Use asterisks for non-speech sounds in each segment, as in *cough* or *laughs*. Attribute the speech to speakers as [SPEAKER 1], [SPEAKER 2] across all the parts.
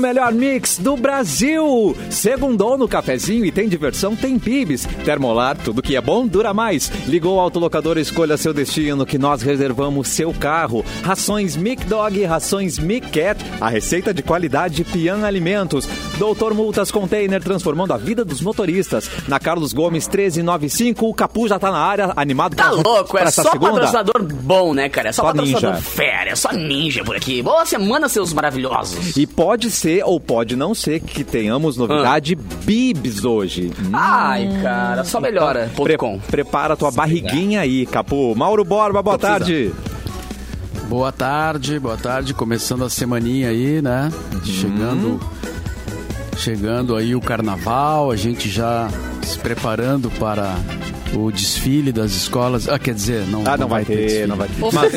[SPEAKER 1] melhor mix do Brasil. Segundou no cafezinho e tem diversão, tem pibes. Termolar, tudo que é bom dura mais. Ligou o autolocador, escolha seu destino que nós reservamos seu carro. Rações Mic Dog, rações Mic Cat, a receita de qualidade Pian Alimentos. Doutor Multas Container, transformando a vida dos motoristas. Na Carlos Gomes 1395, o Capu já tá na área, animado.
[SPEAKER 2] Tá
[SPEAKER 1] pra-
[SPEAKER 2] louco,
[SPEAKER 1] pra
[SPEAKER 2] é
[SPEAKER 1] essa
[SPEAKER 2] só
[SPEAKER 1] segunda.
[SPEAKER 2] patrocinador bom, né, cara? É só,
[SPEAKER 1] Só
[SPEAKER 2] patrocinador
[SPEAKER 1] ninja.
[SPEAKER 2] fera, é só ninja por aqui. Boa semana, seus maravilhosos.
[SPEAKER 1] E pode ser ou pode não ser que tenhamos novidade
[SPEAKER 2] Ah.
[SPEAKER 1] bibs hoje.
[SPEAKER 2] Ai,
[SPEAKER 1] Hum.
[SPEAKER 2] cara, só melhora.
[SPEAKER 1] Então,
[SPEAKER 2] Ponto com.
[SPEAKER 1] Prepara tua barriguinha aí, Capu. Mauro Borba, boa tarde.
[SPEAKER 3] Boa tarde, boa tarde. Começando a semaninha aí, né?
[SPEAKER 1] Uhum.
[SPEAKER 3] Chegando, chegando aí o carnaval, a gente já se preparando para o desfile das escolas. Ah, quer dizer, não,
[SPEAKER 1] Ah, não, vai, ter,
[SPEAKER 3] desfile.
[SPEAKER 1] não vai ter. Mas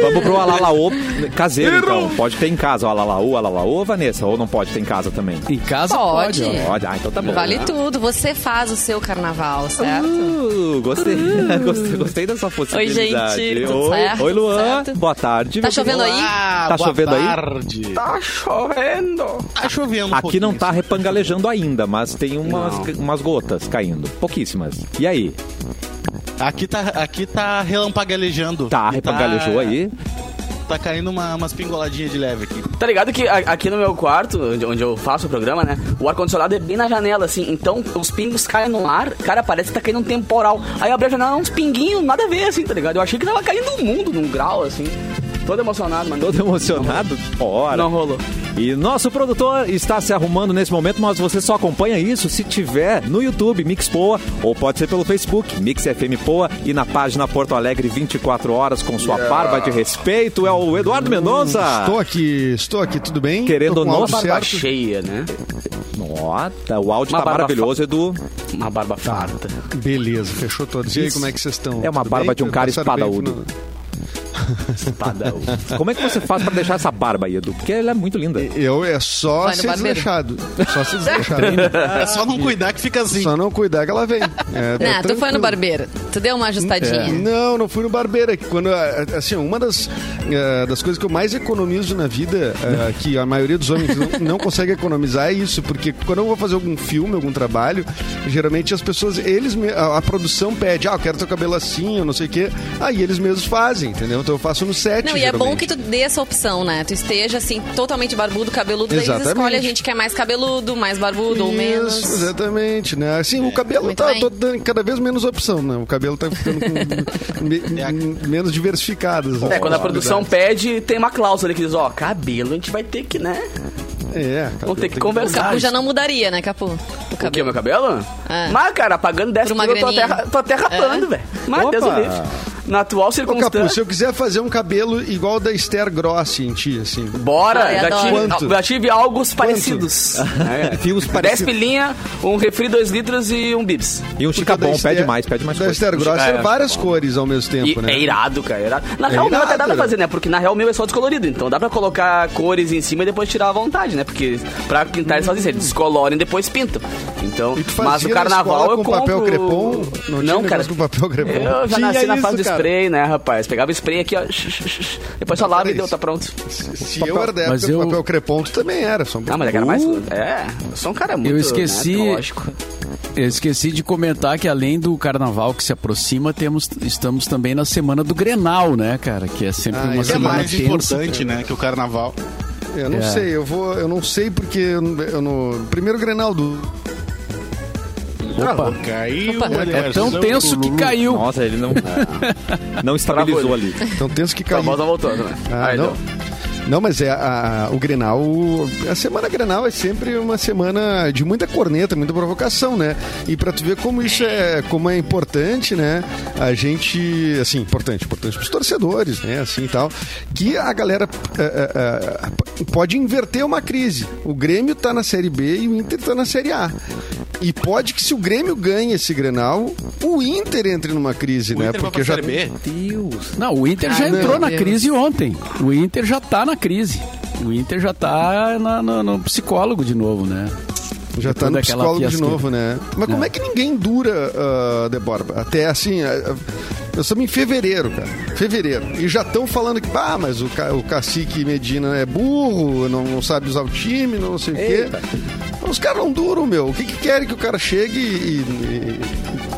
[SPEAKER 1] vamos pro Alalaô caseiro, então. Pode ter em casa o Alalaô, Alalaô, ou Vanessa, ou não pode ter em casa também?
[SPEAKER 3] Em casa
[SPEAKER 4] Pode.
[SPEAKER 3] pode. ó.
[SPEAKER 1] Pode, ah, então tá bom.
[SPEAKER 4] Vale tudo, você faz o seu carnaval, certo?
[SPEAKER 1] Uh, gostei, *laughs* gostei, gostei dessa possibilidade.
[SPEAKER 4] gente, tudo
[SPEAKER 1] Oi,
[SPEAKER 4] certo,
[SPEAKER 1] oi, Luan.
[SPEAKER 4] tudo certo?
[SPEAKER 1] Boa tarde.
[SPEAKER 4] Tá
[SPEAKER 1] meu querido.
[SPEAKER 4] chovendo aí?
[SPEAKER 5] Ah,
[SPEAKER 1] Tá
[SPEAKER 5] boa
[SPEAKER 1] chovendo aí?
[SPEAKER 5] tarde.
[SPEAKER 2] Tá chovendo.
[SPEAKER 5] Tá chovendo um
[SPEAKER 1] Aqui não
[SPEAKER 5] pouquinho,
[SPEAKER 1] tá repangalejando ainda, mas tem umas, umas gotas caindo. Pouquíssimas. E aí?
[SPEAKER 5] Aqui tá, aqui tá relampagalejando.
[SPEAKER 1] Tá,
[SPEAKER 5] E
[SPEAKER 1] repangalejou aí?
[SPEAKER 5] Tá caindo uma- umas pingoladinhas de leve aqui.
[SPEAKER 2] Tá ligado que a- aqui no meu quarto, onde, onde eu faço o programa, né? O ar-condicionado é bem na janela, assim. Então os pingos caem no ar, cara, parece que tá caindo um temporal. Aí eu abri a janela, uns pinguinhos, nada a ver, assim, tá ligado? Eu achei que tava caindo um mundo num grau, assim. Todo emocionado, mano.
[SPEAKER 1] Todo emocionado? Ora.
[SPEAKER 2] Não rolou.
[SPEAKER 1] E nosso produtor está se arrumando nesse momento, mas você só acompanha isso se tiver no YouTube Mix Poa ou pode ser pelo Facebook Mix FM Poa e na página Porto Alegre 24 horas com sua barba de respeito é o Eduardo Mendonça.
[SPEAKER 2] Hum,
[SPEAKER 6] Estou aqui, estou aqui, tudo bem?
[SPEAKER 1] Tá. Querendo
[SPEAKER 6] Tô
[SPEAKER 1] ou
[SPEAKER 6] com
[SPEAKER 1] não,
[SPEAKER 6] algo
[SPEAKER 1] barba
[SPEAKER 2] Barba
[SPEAKER 6] certo.
[SPEAKER 2] cheia, né?
[SPEAKER 1] Nota, o áudio
[SPEAKER 2] Uma
[SPEAKER 1] tá
[SPEAKER 2] barba
[SPEAKER 1] maravilhoso, Edu.
[SPEAKER 2] Uma barba farta.
[SPEAKER 6] Beleza, fechou todos. E aí, como é que vocês estão?
[SPEAKER 1] É uma
[SPEAKER 6] Tudo
[SPEAKER 1] barba de um cara
[SPEAKER 6] Passaram bem o
[SPEAKER 1] espadaúdo.
[SPEAKER 6] final?
[SPEAKER 2] Espadão.
[SPEAKER 1] Como é que você faz pra deixar essa barba aí, Edu? Porque ela é muito linda.
[SPEAKER 6] Eu é só
[SPEAKER 4] Vai no
[SPEAKER 6] ser
[SPEAKER 4] barbeiro.
[SPEAKER 6] desleixado.
[SPEAKER 4] *laughs*
[SPEAKER 6] Só ser desleixado.
[SPEAKER 5] É só não cuidar que fica assim.
[SPEAKER 6] só não cuidar que ela vem. É, tá
[SPEAKER 4] Não, Né, tu foi
[SPEAKER 6] tranquilo.
[SPEAKER 4] no barbeiro. Tu deu uma
[SPEAKER 6] É.
[SPEAKER 4] ajustadinha.
[SPEAKER 6] Não, não fui no barbeiro. é que Quando, ah, assim, uma das, ah, das coisas que eu mais economizo na vida, ah, que a maioria dos homens não, não consegue economizar, é isso. Porque quando eu vou fazer algum filme, algum trabalho, geralmente as pessoas, eles, me- a, a produção pede, ah, eu quero teu cabelo assim, eu não sei o quê. Aí eles mesmos fazem, entendeu? Então eu faço no set,
[SPEAKER 4] Não, e é bom que tu dê essa opção, né? Tu esteja assim, totalmente barbudo, cabeludo, daí eles
[SPEAKER 6] Exatamente.
[SPEAKER 4] escolhem a gente que é mais cabeludo, mais barbudo ou
[SPEAKER 6] Isso,
[SPEAKER 4] tipo, menos. É,
[SPEAKER 6] exatamente, né? Assim, o cabelo
[SPEAKER 4] Muito
[SPEAKER 6] tá
[SPEAKER 4] bem.
[SPEAKER 6] tô dando cada vez menos opção, né? O cabelo tá ficando
[SPEAKER 4] *laughs*
[SPEAKER 6] com, me- m- menos diversificado. as
[SPEAKER 2] É, quando a produção
[SPEAKER 6] possibilidades.
[SPEAKER 2] pede, tem uma cláusula ali que diz, ó, cabelo a gente vai ter que, né?
[SPEAKER 6] É,
[SPEAKER 2] Vamos ter
[SPEAKER 6] tem
[SPEAKER 2] que
[SPEAKER 4] O
[SPEAKER 2] conversar.
[SPEAKER 4] Capu já não mudaria, né, Capu? O
[SPEAKER 2] O que,
[SPEAKER 4] cabelo.
[SPEAKER 2] meu cabelo?
[SPEAKER 4] É.
[SPEAKER 2] Mas, cara, pagando 10
[SPEAKER 4] Por uma
[SPEAKER 2] mil, eu tô até,
[SPEAKER 4] graninha. É.
[SPEAKER 2] tô até rapando, velho. Mas,
[SPEAKER 1] Opa.
[SPEAKER 2] Deus o livre. Na atual
[SPEAKER 6] Ô, Capu, se
[SPEAKER 2] circunstância...
[SPEAKER 6] eu quiser fazer um cabelo igual da Esther Grossi em ti, assim.
[SPEAKER 2] Bora,
[SPEAKER 4] Ai,
[SPEAKER 2] já
[SPEAKER 4] adoro.
[SPEAKER 2] tive,
[SPEAKER 6] Quanto?
[SPEAKER 2] já tive algos
[SPEAKER 6] *laughs*
[SPEAKER 2] parecidos. É.
[SPEAKER 1] Fios
[SPEAKER 2] 10
[SPEAKER 1] parecidos.
[SPEAKER 2] pilinha, um refri 2 litros e um
[SPEAKER 1] E
[SPEAKER 2] bibs.
[SPEAKER 1] um
[SPEAKER 6] Porque da
[SPEAKER 1] chicabom,
[SPEAKER 6] Esther-
[SPEAKER 1] pede mais, pede mais
[SPEAKER 6] Da
[SPEAKER 1] coisa.
[SPEAKER 6] Esther Grossi
[SPEAKER 2] É,
[SPEAKER 6] é, várias cores ao mesmo
[SPEAKER 2] E
[SPEAKER 6] tempo, né?
[SPEAKER 2] é irado, cara. é irado. Na real, o meu
[SPEAKER 6] irado,
[SPEAKER 2] até dá pra
[SPEAKER 6] né?
[SPEAKER 2] fazer, né? Porque na real, o meu é só descolorido. Então dá pra colocar cores em cima e depois tirar à vontade, né? Porque pra pintar é eles fazem isso. Eles descolorem e depois pintam. Então,
[SPEAKER 6] E tu fazia
[SPEAKER 2] mas o
[SPEAKER 6] na
[SPEAKER 2] carnaval
[SPEAKER 6] escola
[SPEAKER 2] eu
[SPEAKER 6] com
[SPEAKER 2] compro...
[SPEAKER 6] papel crepom? Não tinha
[SPEAKER 2] Não, cara.
[SPEAKER 6] negócio com papel crepom?
[SPEAKER 2] Eu já
[SPEAKER 6] Tinha
[SPEAKER 2] nasci na
[SPEAKER 6] isso,
[SPEAKER 2] fase do
[SPEAKER 6] cara.
[SPEAKER 2] spray, né, rapaz? Pegava spray aqui, ó. Depois só lava e
[SPEAKER 6] peraí.
[SPEAKER 2] deu, tá pronto.
[SPEAKER 6] Se eu era da
[SPEAKER 3] Mas
[SPEAKER 6] época do
[SPEAKER 3] eu-
[SPEAKER 6] papel crepom, tu também era. Só um
[SPEAKER 2] Ah, mas é que era mais. É, eu sou um cara muito.
[SPEAKER 3] Eu esqueci-
[SPEAKER 2] né, tecnológico.
[SPEAKER 3] Eu esqueci de comentar que além do carnaval que se aproxima, temos, estamos também na semana do Grenal, né, cara? Que é sempre
[SPEAKER 6] Ah,
[SPEAKER 3] uma
[SPEAKER 6] isso é
[SPEAKER 5] É
[SPEAKER 3] semana
[SPEAKER 5] mais
[SPEAKER 3] tensa.
[SPEAKER 5] importante, né, que o carnaval.
[SPEAKER 6] Eu não
[SPEAKER 3] É.
[SPEAKER 6] sei, eu vou. Eu não sei porque. Eu, não- eu não- primeiro Grenaldo.
[SPEAKER 3] Opa,
[SPEAKER 5] Caiu.
[SPEAKER 3] é tão tenso que caiu.
[SPEAKER 1] Nossa, ele não, não estabilizou ali.
[SPEAKER 6] Então tenso que
[SPEAKER 2] Tua
[SPEAKER 6] caiu.
[SPEAKER 2] voz não voltou, né?
[SPEAKER 6] Ah,
[SPEAKER 2] Aí
[SPEAKER 6] não.
[SPEAKER 2] deu.
[SPEAKER 6] Não, mas é a- a- o Grenal. A semana Grenal é sempre uma semana de muita corneta, muita provocação, né? E pra tu ver como isso é, como é importante, né? A gente, assim, importante, importante pros torcedores, né? Assim e tal, que a galera é, é, é, pode inverter uma crise. O Grêmio tá na Série B e o Inter tá na Série A. E pode que se o Grêmio ganhe esse Grenal, o Inter entre numa crise,
[SPEAKER 5] O
[SPEAKER 6] né?
[SPEAKER 5] Inter vai pra Série B.
[SPEAKER 3] Não, o Inter já
[SPEAKER 6] Ah, meu
[SPEAKER 3] entrou na
[SPEAKER 6] Deus.
[SPEAKER 3] crise ontem. O Inter já tá na crise. O Inter já tá na- na- no psicólogo de novo, né?
[SPEAKER 6] Já tá
[SPEAKER 3] toda
[SPEAKER 6] no
[SPEAKER 3] aquela
[SPEAKER 6] psicólogo de
[SPEAKER 3] fiasqueira.
[SPEAKER 6] novo, né? Mas como
[SPEAKER 3] É.
[SPEAKER 6] é que ninguém dura, ah, De Borba? Até assim. ah, ah, nós estamos em fevereiro, cara. Fevereiro. E já estão falando que, ah, mas o, ca- o cacique Medina é burro, não, não sabe usar o time, não sei o quê. Os caras não duram, meu. O que, que querem que o cara chegue e, e-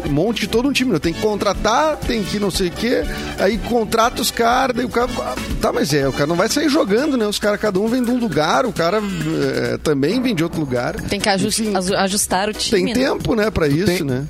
[SPEAKER 6] e monte todo um time? Não, Tem que contratar, tem que não sei o quê. Aí contrata os caras, daí o cara. ah, Tá, mas é, o cara não vai sair jogando, né? Os caras, cada um vem de um lugar, o cara eh, também vem de outro lugar.
[SPEAKER 4] Tem que aju-
[SPEAKER 6] Enfim,
[SPEAKER 4] aju- ajustar o time.
[SPEAKER 6] Tem
[SPEAKER 4] né?
[SPEAKER 6] tempo, né, pra isso,
[SPEAKER 3] tem-
[SPEAKER 6] né?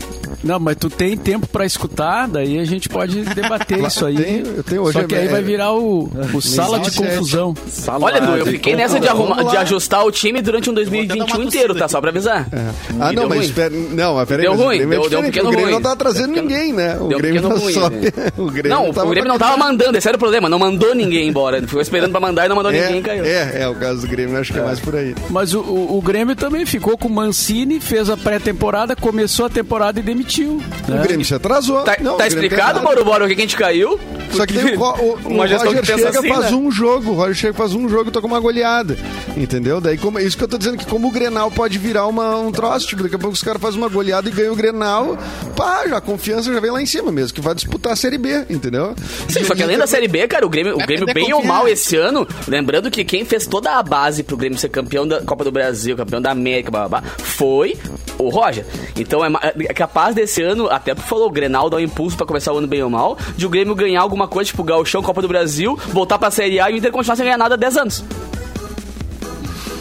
[SPEAKER 3] Não, mas tu tem tempo pra escutar, daí a gente pode
[SPEAKER 6] *laughs*
[SPEAKER 3] debater
[SPEAKER 6] Lá-
[SPEAKER 3] isso aí.
[SPEAKER 6] tenho- eu tenho hoje,
[SPEAKER 3] Só que aí
[SPEAKER 6] é-
[SPEAKER 3] vai virar
[SPEAKER 6] *laughs*
[SPEAKER 3] o, o sala de
[SPEAKER 6] sete.
[SPEAKER 3] confusão.
[SPEAKER 2] Olha,
[SPEAKER 6] Ah,
[SPEAKER 2] Edu, eu
[SPEAKER 3] de
[SPEAKER 2] fiquei
[SPEAKER 3] confusão.
[SPEAKER 2] nessa de, arrumar,
[SPEAKER 6] então tá Vamos
[SPEAKER 2] de
[SPEAKER 6] lá.
[SPEAKER 2] ajustar o time durante um
[SPEAKER 5] Vou até dar
[SPEAKER 2] 2021
[SPEAKER 5] uma
[SPEAKER 2] inteiro, tá?
[SPEAKER 5] tossida
[SPEAKER 2] Só pra avisar.
[SPEAKER 6] Ah,
[SPEAKER 2] E
[SPEAKER 6] não,
[SPEAKER 2] deu
[SPEAKER 6] mas
[SPEAKER 2] ruim.
[SPEAKER 6] espera. Não, mas peraí.
[SPEAKER 2] Deu
[SPEAKER 6] mas o
[SPEAKER 2] ruim,
[SPEAKER 6] Grêmio é
[SPEAKER 2] deu- deu um
[SPEAKER 6] diferente,
[SPEAKER 2] pequeno
[SPEAKER 6] O Grêmio não
[SPEAKER 2] ruim.
[SPEAKER 6] tá trazendo
[SPEAKER 2] Deu um
[SPEAKER 6] ninguém, né? O
[SPEAKER 2] pequeno
[SPEAKER 6] Grêmio tá
[SPEAKER 2] ruim,
[SPEAKER 6] só.
[SPEAKER 2] né?
[SPEAKER 6] *laughs* O Grêmio
[SPEAKER 2] Não,
[SPEAKER 6] tava
[SPEAKER 2] o Grêmio não tá tava mandando, esse era o problema. Não mandou ninguém embora. Ficou esperando pra mandar e não mandou ninguém, caiu.
[SPEAKER 6] É, é, é, o caso do Grêmio, acho que é mais por aí.
[SPEAKER 3] Mas o, o, o Grêmio também ficou com o Mancini, fez a pré-temporada, começou a temporada e demitiu. né?
[SPEAKER 6] O Grêmio se atrasou.
[SPEAKER 2] É. Tá,
[SPEAKER 6] Não,
[SPEAKER 2] tá
[SPEAKER 6] o Grêmio
[SPEAKER 2] explicado,
[SPEAKER 6] tem nada.
[SPEAKER 2] Mauro Bora, o que que a gente caiu?
[SPEAKER 6] Só que tem o, Ro- o, o
[SPEAKER 2] Uma gestão
[SPEAKER 6] Roger
[SPEAKER 2] que pensa
[SPEAKER 6] chega,
[SPEAKER 2] assim,
[SPEAKER 6] faz
[SPEAKER 2] né?
[SPEAKER 6] um jogo, o Roger chega, faz um jogo e toca uma goleada. Entendeu? Daí, como, isso que eu tô dizendo, que como o Grenal pode virar uma, um troço, tipo, daqui a pouco os caras fazem uma goleada e ganham o Grenal, pá, já a confiança já vem lá em cima mesmo, que vai disputar a Série B, entendeu?
[SPEAKER 2] Sim,
[SPEAKER 6] E-
[SPEAKER 2] só que
[SPEAKER 6] e
[SPEAKER 2] além
[SPEAKER 6] tem-
[SPEAKER 2] da Série B, cara, o Grêmio, o
[SPEAKER 5] É
[SPEAKER 2] Grêmio
[SPEAKER 5] perder
[SPEAKER 2] bem ou
[SPEAKER 5] confiança.
[SPEAKER 2] mal esse ano, lembrando que quem fez toda a base pro Grêmio ser campeão da Copa do Brasil, campeão da América, blá, blá, blá, foi o Roger. Então é, ma- é capaz desse ano, até porque falou, o Grenal dá um impulso pra começar o ano bem ou mal, de o Grêmio ganhar alguma coisa, tipo o Gauchão, Copa do Brasil, voltar pra Série A e o Inter continuar sem ganhar nada há 10 anos.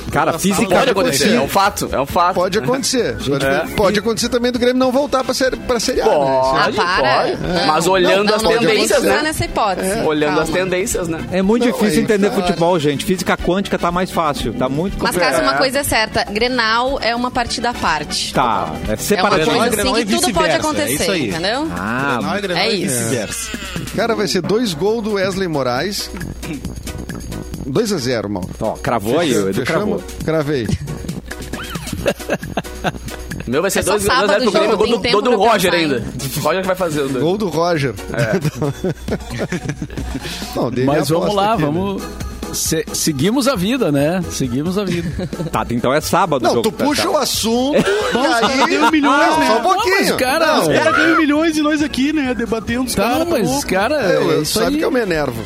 [SPEAKER 1] Cara,
[SPEAKER 2] Pode
[SPEAKER 1] fisicamente.
[SPEAKER 2] acontecer, é um fato, é um fato.
[SPEAKER 6] Pode acontecer.
[SPEAKER 1] *laughs*
[SPEAKER 6] Pode,
[SPEAKER 1] é.
[SPEAKER 6] pode acontecer também do Grêmio não voltar pra Série, pra série A. né? Isso
[SPEAKER 4] Ah,
[SPEAKER 2] Pode,
[SPEAKER 4] para.
[SPEAKER 2] pode.
[SPEAKER 4] Não,
[SPEAKER 2] Mas olhando
[SPEAKER 4] não,
[SPEAKER 2] as
[SPEAKER 4] não, não
[SPEAKER 2] tendências,
[SPEAKER 4] vamos
[SPEAKER 2] né?
[SPEAKER 4] entrar nessa hipótese.
[SPEAKER 2] Olhando
[SPEAKER 4] Calma.
[SPEAKER 2] as tendências, né?
[SPEAKER 1] É muito
[SPEAKER 6] Não,
[SPEAKER 1] difícil
[SPEAKER 6] aí
[SPEAKER 1] entender
[SPEAKER 6] tá.
[SPEAKER 1] futebol, gente. Física quântica tá mais fácil. Tá muito
[SPEAKER 4] Mas,
[SPEAKER 1] complicado.
[SPEAKER 4] caso uma coisa é certa, Grenal é uma partida à parte.
[SPEAKER 1] Tá, é
[SPEAKER 4] É uma
[SPEAKER 1] separadinho.
[SPEAKER 4] coisa
[SPEAKER 5] Grenal é
[SPEAKER 4] assim
[SPEAKER 5] Grenal
[SPEAKER 4] que
[SPEAKER 5] e
[SPEAKER 4] tudo pode
[SPEAKER 5] vice-versa, é
[SPEAKER 4] acontecer,
[SPEAKER 5] isso aí.
[SPEAKER 4] entendeu?
[SPEAKER 5] Grenal
[SPEAKER 1] Ah,
[SPEAKER 5] é Grenal
[SPEAKER 4] é
[SPEAKER 5] e
[SPEAKER 4] isso.
[SPEAKER 5] vice-versa.
[SPEAKER 6] Cara, vai ser dois gols do Wesley Moraes. 2 a 0 Mauro.
[SPEAKER 1] ó, cravou aí, o Edu cravou.
[SPEAKER 6] Fechamos? Cravei.
[SPEAKER 2] Meu vai ser
[SPEAKER 4] É só
[SPEAKER 2] 2 x
[SPEAKER 4] sábado,
[SPEAKER 2] 0 pro
[SPEAKER 4] gente,
[SPEAKER 2] Grêmio, gol
[SPEAKER 4] tem
[SPEAKER 2] do-
[SPEAKER 4] tempo
[SPEAKER 2] gol do
[SPEAKER 4] pra
[SPEAKER 2] Roger
[SPEAKER 4] pensar
[SPEAKER 2] ainda. Roger que vai fazer *laughs* o dois. *laughs*
[SPEAKER 6] Gol do Roger.
[SPEAKER 1] É.
[SPEAKER 6] *laughs* Não, dele
[SPEAKER 3] Mas
[SPEAKER 6] é a
[SPEAKER 3] vamos
[SPEAKER 6] aposta
[SPEAKER 3] lá,
[SPEAKER 6] aqui, né?
[SPEAKER 3] vamos. se- seguimos a vida, né? Seguimos a vida.
[SPEAKER 1] Tá, então é sábado. o
[SPEAKER 6] Não,
[SPEAKER 1] jogo,
[SPEAKER 6] tu puxa
[SPEAKER 1] tá,
[SPEAKER 6] o assunto e aí...
[SPEAKER 5] ganhou milhões,
[SPEAKER 6] não, *laughs*
[SPEAKER 5] né?
[SPEAKER 6] só
[SPEAKER 3] Não,
[SPEAKER 6] um
[SPEAKER 3] mas,
[SPEAKER 6] pouquinho.
[SPEAKER 3] cara, é
[SPEAKER 6] Não,
[SPEAKER 3] os
[SPEAKER 5] Cara, ganhou milhões e nós aqui, né? Debatendo os
[SPEAKER 3] Tá,
[SPEAKER 5] caras.
[SPEAKER 3] mas, cara,
[SPEAKER 6] eu,
[SPEAKER 3] é
[SPEAKER 6] eu
[SPEAKER 3] isso
[SPEAKER 6] sabe
[SPEAKER 3] aí.
[SPEAKER 6] que eu me enervo.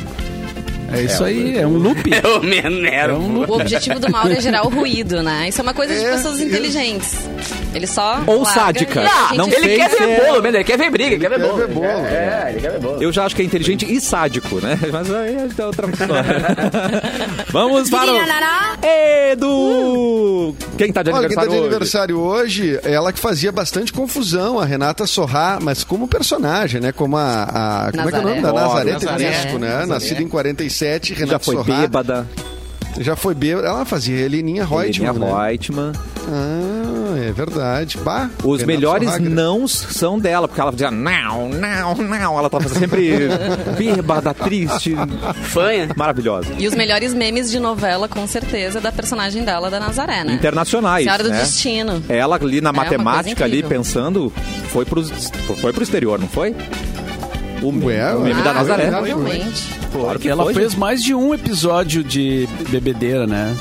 [SPEAKER 3] É isso aí, é um loop.
[SPEAKER 2] Eu me
[SPEAKER 3] É um
[SPEAKER 2] enervo.
[SPEAKER 3] loop.
[SPEAKER 4] O objetivo do Mauro é gerar o ruído, né? Isso é uma coisa de
[SPEAKER 6] É,
[SPEAKER 4] pessoas
[SPEAKER 6] eu-
[SPEAKER 4] inteligentes. Ele só.
[SPEAKER 1] Ou
[SPEAKER 4] larga
[SPEAKER 1] sádica.
[SPEAKER 4] e a
[SPEAKER 1] Ah,
[SPEAKER 4] gente
[SPEAKER 1] não
[SPEAKER 2] Ele
[SPEAKER 1] sei
[SPEAKER 2] quer
[SPEAKER 1] se
[SPEAKER 2] ver
[SPEAKER 1] é-
[SPEAKER 2] bolo, mesmo, ele quer ver briga, ele quer ver
[SPEAKER 6] quer
[SPEAKER 2] bolo.
[SPEAKER 6] ver bolo,
[SPEAKER 2] É, ele quer ver bolo.
[SPEAKER 1] Eu já acho que é inteligente e sádico, né? *laughs* Mas aí é outra
[SPEAKER 4] *laughs*
[SPEAKER 1] história. Vamos para o... Edu! Quem tá de
[SPEAKER 6] Olha, quem tá
[SPEAKER 1] aniversário
[SPEAKER 6] de
[SPEAKER 1] hoje?
[SPEAKER 6] aniversário hoje, ela que fazia bastante confusão, a Renata Sorrá, mas como personagem, né? Como a. a- como é que é o nome da
[SPEAKER 1] Nazaré.
[SPEAKER 6] Nazaré
[SPEAKER 5] Nazaré.
[SPEAKER 6] Tedesco, né?
[SPEAKER 5] Nazaré.
[SPEAKER 6] Nascida em 47, Renata
[SPEAKER 1] Já foi
[SPEAKER 6] Sorrá.
[SPEAKER 1] bêbada.
[SPEAKER 6] Já foi bêbada. Ela fazia Heleninha Reutemann.
[SPEAKER 1] Heleninha
[SPEAKER 6] né?
[SPEAKER 1] Reutemann.
[SPEAKER 6] Ah, é verdade. Bah,
[SPEAKER 1] Os
[SPEAKER 6] Renata
[SPEAKER 1] melhores
[SPEAKER 6] Sorrá, cara.
[SPEAKER 1] nãos são dela, porque ela dizia não, não, não. Ela tava
[SPEAKER 6] *laughs*
[SPEAKER 1] sempre bêbada, triste,
[SPEAKER 2] Fanha.
[SPEAKER 1] maravilhosa.
[SPEAKER 4] E os melhores memes de novela, com certeza, da personagem dela, da Nazaré, né?
[SPEAKER 1] Internacionais,
[SPEAKER 4] Senhora do
[SPEAKER 1] né?
[SPEAKER 4] Destino. É
[SPEAKER 1] Ela ali na
[SPEAKER 4] uma coisa
[SPEAKER 1] matemática, ali
[SPEAKER 4] incrível.
[SPEAKER 1] pensando, foi pro, foi pro exterior, não foi? O meme,
[SPEAKER 6] Ué,
[SPEAKER 1] o meme
[SPEAKER 6] ué,
[SPEAKER 4] Ah,
[SPEAKER 1] da
[SPEAKER 6] ué,
[SPEAKER 1] Nazaré.
[SPEAKER 4] é
[SPEAKER 6] ué, ué.
[SPEAKER 4] Provavelmente.
[SPEAKER 1] Claro que
[SPEAKER 3] Ela
[SPEAKER 1] foi,
[SPEAKER 3] fez
[SPEAKER 1] gente.
[SPEAKER 3] mais de um episódio de bebedeira, né?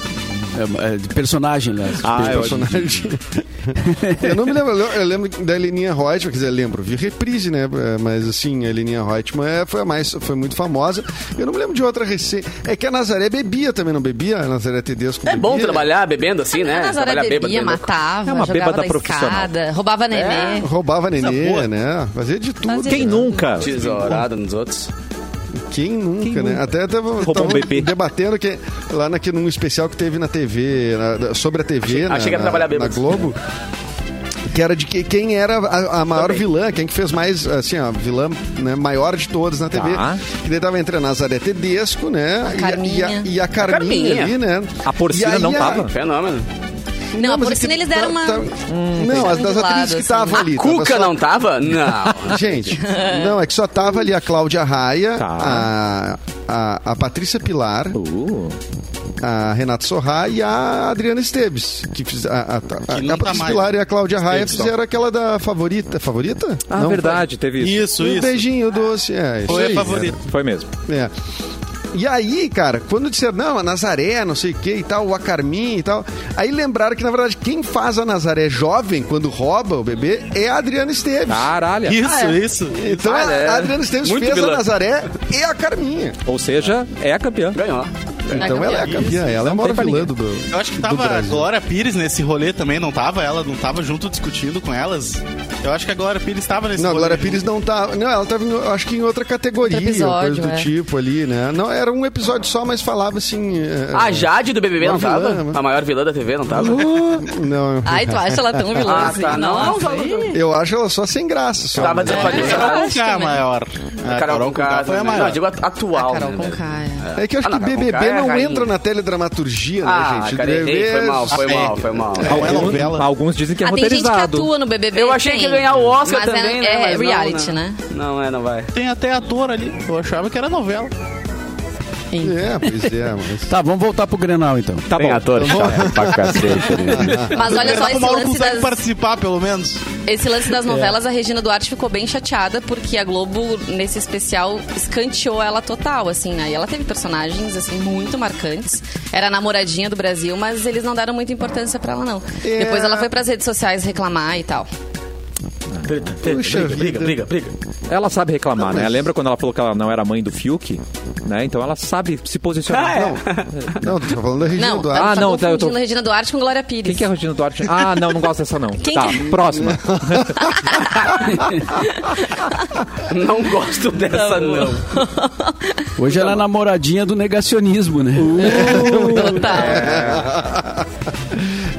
[SPEAKER 3] É, é, de personagem, né?
[SPEAKER 1] Ah,
[SPEAKER 6] é
[SPEAKER 3] De
[SPEAKER 1] eu-
[SPEAKER 6] personagem. eu não me lembro, eu- eu lembro da Heleninha Reutemann, quer dizer, lembro, vi reprise, né? É, Mas assim, a Heleninha Reutemann é- foi a mais, foi muito famosa. Eu não me lembro de outra recente. É que a Nazaré bebia também, não bebia? A Nazaré Tedesco
[SPEAKER 2] É bom
[SPEAKER 6] bebia.
[SPEAKER 2] trabalhar bebendo assim, né?
[SPEAKER 4] A Nazaré
[SPEAKER 2] Trabalhar
[SPEAKER 4] bebia,
[SPEAKER 2] bêbado, bêbado.
[SPEAKER 4] matava,
[SPEAKER 1] É uma
[SPEAKER 4] jogava
[SPEAKER 1] bêbada
[SPEAKER 4] da
[SPEAKER 1] profissional.
[SPEAKER 4] escada,
[SPEAKER 2] É.
[SPEAKER 4] roubava nenê.
[SPEAKER 6] Roubava nenê,
[SPEAKER 5] boa.
[SPEAKER 6] né? Fazia de tudo.
[SPEAKER 4] É. Fazia
[SPEAKER 1] Quem
[SPEAKER 6] né?
[SPEAKER 1] nunca?
[SPEAKER 2] Tesourada nos outros.
[SPEAKER 6] Quem nunca, né? Até tava,
[SPEAKER 1] Roubou um
[SPEAKER 6] tavam
[SPEAKER 1] bebê.
[SPEAKER 6] debatendo que lá naquele num especial que teve na TV, na- da- sobre a TV, na,
[SPEAKER 2] achei que era
[SPEAKER 6] na,
[SPEAKER 2] trabalhar
[SPEAKER 6] na
[SPEAKER 2] bêbado.
[SPEAKER 6] Globo. Que era de que, quem era a, a maior
[SPEAKER 2] Também.
[SPEAKER 6] vilã, quem que fez mais, assim, ó, vilã né, maior de todas na TV.
[SPEAKER 1] Tá.
[SPEAKER 6] Que daí tava entre a Nazaré Tedesco,
[SPEAKER 4] A
[SPEAKER 6] né? e a- e, a,
[SPEAKER 4] Carminha.
[SPEAKER 6] e a Carminha
[SPEAKER 2] Carminha.
[SPEAKER 6] ali, né?
[SPEAKER 1] A porcina
[SPEAKER 6] E aí
[SPEAKER 1] não
[SPEAKER 6] a-
[SPEAKER 1] tava.
[SPEAKER 2] Fenômeno.
[SPEAKER 4] Não, a
[SPEAKER 6] mas é
[SPEAKER 4] porcina
[SPEAKER 6] que
[SPEAKER 4] eles
[SPEAKER 1] tá-
[SPEAKER 4] deram uma-
[SPEAKER 6] não, as
[SPEAKER 4] deixaram
[SPEAKER 6] das
[SPEAKER 4] de lado,
[SPEAKER 6] atrizes que
[SPEAKER 4] assim.
[SPEAKER 6] estavam
[SPEAKER 4] A
[SPEAKER 6] ali. tava
[SPEAKER 2] Cuca
[SPEAKER 6] só-
[SPEAKER 2] não tava? Não.
[SPEAKER 6] Gente, não, é que só tava ali a Cláudia Raia,
[SPEAKER 1] Tá.
[SPEAKER 6] a, a, a Patrícia Pilar,
[SPEAKER 1] Uh,
[SPEAKER 6] a Renata Sorrá e a Adriana Esteves. Que fiz, a, a, a, a,
[SPEAKER 5] não
[SPEAKER 6] Patrícia
[SPEAKER 5] tá mais.
[SPEAKER 6] Pilar e a Cláudia Raia
[SPEAKER 5] Esteves,
[SPEAKER 6] fizeram aquela da favorita. Favorita?
[SPEAKER 1] então. ah, verdade, teve isso.
[SPEAKER 5] Isso,
[SPEAKER 6] Um
[SPEAKER 5] isso.
[SPEAKER 6] beijinho doce. É, isso
[SPEAKER 5] Foi a
[SPEAKER 6] aí,
[SPEAKER 5] favorita.
[SPEAKER 1] Foi mesmo.
[SPEAKER 6] né? É. E aí, cara, quando disseram, não, a Nazaré, não sei o que e tal, a Carminha e tal, aí lembraram que, na verdade, quem faz a Nazaré jovem, quando rouba o bebê, é a Adriana Esteves.
[SPEAKER 1] Caralho.
[SPEAKER 5] Isso, isso.
[SPEAKER 6] Então
[SPEAKER 2] Ah,
[SPEAKER 6] a-
[SPEAKER 2] é.
[SPEAKER 6] a Adriana Esteves
[SPEAKER 2] Muito
[SPEAKER 6] fez
[SPEAKER 2] vilã.
[SPEAKER 6] a Nazaré e a Carminha.
[SPEAKER 1] Ou seja, é a campeã.
[SPEAKER 2] Ganhou.
[SPEAKER 6] Então ela é a
[SPEAKER 4] campeã.
[SPEAKER 6] campeã, ela é a maior
[SPEAKER 1] tem pra
[SPEAKER 6] vilã do,
[SPEAKER 1] ninguém.
[SPEAKER 6] do
[SPEAKER 5] Eu acho que
[SPEAKER 6] do
[SPEAKER 5] tava a
[SPEAKER 6] Brasil.
[SPEAKER 5] Glória Pires nesse rolê também, não tava? Ela não tava junto discutindo com elas? Eu acho que a Glória Pires tava nesse
[SPEAKER 6] Não, a
[SPEAKER 5] rolê.
[SPEAKER 6] Glória
[SPEAKER 5] junto.
[SPEAKER 6] Pires não tá. Não, ela tava, em- eu acho que em outra categoria,
[SPEAKER 4] Outro episódio,
[SPEAKER 6] coisa do
[SPEAKER 4] é.
[SPEAKER 6] tipo ali, né? Não, era um episódio só, mas falava assim. é,
[SPEAKER 2] A Jade do BBB não
[SPEAKER 6] Uma vilã,
[SPEAKER 2] tava?
[SPEAKER 6] né?
[SPEAKER 2] A maior vilã da TV não tava?
[SPEAKER 6] Não.
[SPEAKER 4] Ai, tu acha ela tão vilã
[SPEAKER 2] Ah,
[SPEAKER 4] assim?
[SPEAKER 2] tá. Não, não,
[SPEAKER 4] Nossa.
[SPEAKER 2] não. não.
[SPEAKER 6] Eu acho ela só sem graça. Só,
[SPEAKER 2] Tava
[SPEAKER 6] mas-
[SPEAKER 5] A
[SPEAKER 2] desatualizada.
[SPEAKER 5] Carol
[SPEAKER 4] acho
[SPEAKER 5] Conká é a
[SPEAKER 4] também.
[SPEAKER 5] maior.
[SPEAKER 2] A Carol Conká
[SPEAKER 5] foi a
[SPEAKER 2] também.
[SPEAKER 5] maior.
[SPEAKER 2] Não, eu digo a- atual.
[SPEAKER 4] A Ah, Carol
[SPEAKER 2] né,
[SPEAKER 4] com
[SPEAKER 2] velho?
[SPEAKER 4] cara.
[SPEAKER 6] É que eu acho
[SPEAKER 2] Ah, não,
[SPEAKER 6] que
[SPEAKER 2] Carol
[SPEAKER 6] BBB
[SPEAKER 2] Conká é a
[SPEAKER 6] não
[SPEAKER 2] rainha.
[SPEAKER 6] entra na teledramaturgia, né,
[SPEAKER 2] Ah,
[SPEAKER 6] gente?
[SPEAKER 2] cara, errei,
[SPEAKER 6] BBB
[SPEAKER 2] foi mal, foi mal, foi mal.
[SPEAKER 5] Não é novela.
[SPEAKER 1] Alguns dizem que é
[SPEAKER 4] Ah, tem gente que
[SPEAKER 1] roteirizado.
[SPEAKER 4] atua no BBB.
[SPEAKER 2] Eu achei que
[SPEAKER 4] tem.
[SPEAKER 2] ia ganhar o Oscar
[SPEAKER 4] Mas
[SPEAKER 2] também,
[SPEAKER 4] é,
[SPEAKER 2] né?
[SPEAKER 4] É
[SPEAKER 2] Mas não,
[SPEAKER 4] reality, né?
[SPEAKER 2] Não, é, não vai.
[SPEAKER 5] Tem até ator ali. Eu achava que era novela.
[SPEAKER 6] É, pois é, mas.
[SPEAKER 3] Tá, vamos voltar pro Grenal então.
[SPEAKER 1] Tá bom.
[SPEAKER 7] ator chato pra cacete. né?
[SPEAKER 4] Mas olha só,
[SPEAKER 5] Renato
[SPEAKER 4] esse
[SPEAKER 5] Mauro
[SPEAKER 4] lance,
[SPEAKER 5] consegue
[SPEAKER 4] das,
[SPEAKER 5] participar, pelo menos.
[SPEAKER 4] esse lance
[SPEAKER 1] É.
[SPEAKER 4] das novelas, a Regina Duarte ficou bem chateada porque a Globo, nesse especial, escanteou ela total, assim, né? E ela teve personagens, assim, muito marcantes. Era a namoradinha do Brasil, mas eles não deram muita importância pra ela, não.
[SPEAKER 6] É.
[SPEAKER 4] Depois ela foi pras redes sociais reclamar e tal.
[SPEAKER 2] Treta,
[SPEAKER 6] *laughs* Puxa
[SPEAKER 2] treta, briga, briga, briga,
[SPEAKER 6] vida.
[SPEAKER 2] briga.
[SPEAKER 1] Ela sabe reclamar,
[SPEAKER 6] Não,
[SPEAKER 1] né?
[SPEAKER 6] mas-
[SPEAKER 1] Lembra quando ela falou que ela não era mãe do Fiuk? Né? Então ela sabe se posicionar.
[SPEAKER 2] Ah, é.
[SPEAKER 1] Não.
[SPEAKER 6] Não, tu tá falando da Regina
[SPEAKER 4] Não,
[SPEAKER 6] Duarte.
[SPEAKER 1] Ah,
[SPEAKER 4] ah, tá
[SPEAKER 1] não, tá, eu
[SPEAKER 4] confundindo
[SPEAKER 1] tô-
[SPEAKER 4] Regina Duarte com Glória
[SPEAKER 1] Quem
[SPEAKER 4] Pires.
[SPEAKER 1] que é a Regina Duarte? Ah, não, não gosto dessa não.
[SPEAKER 4] Quem
[SPEAKER 1] tá,
[SPEAKER 2] é?
[SPEAKER 4] que-
[SPEAKER 1] próxima.
[SPEAKER 2] *laughs* Não gosto dessa, não.
[SPEAKER 3] Hoje
[SPEAKER 6] Tá
[SPEAKER 3] ela é namoradinha do negacionismo, né?
[SPEAKER 6] Uh.
[SPEAKER 4] Total. *laughs*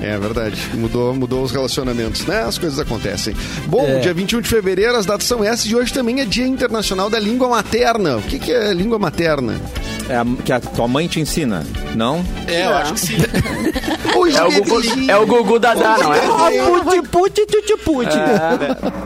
[SPEAKER 6] É verdade. Mudou, mudou os relacionamentos, né? As coisas acontecem. Bom, dia 21 de fevereiro, as datas são essas e hoje também é Dia Internacional da Língua Materna. O que, que é língua materna?
[SPEAKER 1] É a- que a tua mãe te ensina, não?
[SPEAKER 5] É, eu acho que sim.
[SPEAKER 6] Hoje
[SPEAKER 2] É o
[SPEAKER 6] dia
[SPEAKER 2] Gugu,
[SPEAKER 6] de-
[SPEAKER 2] é o Gugu Dadá, não é?
[SPEAKER 1] puti, puti, tuti, puti.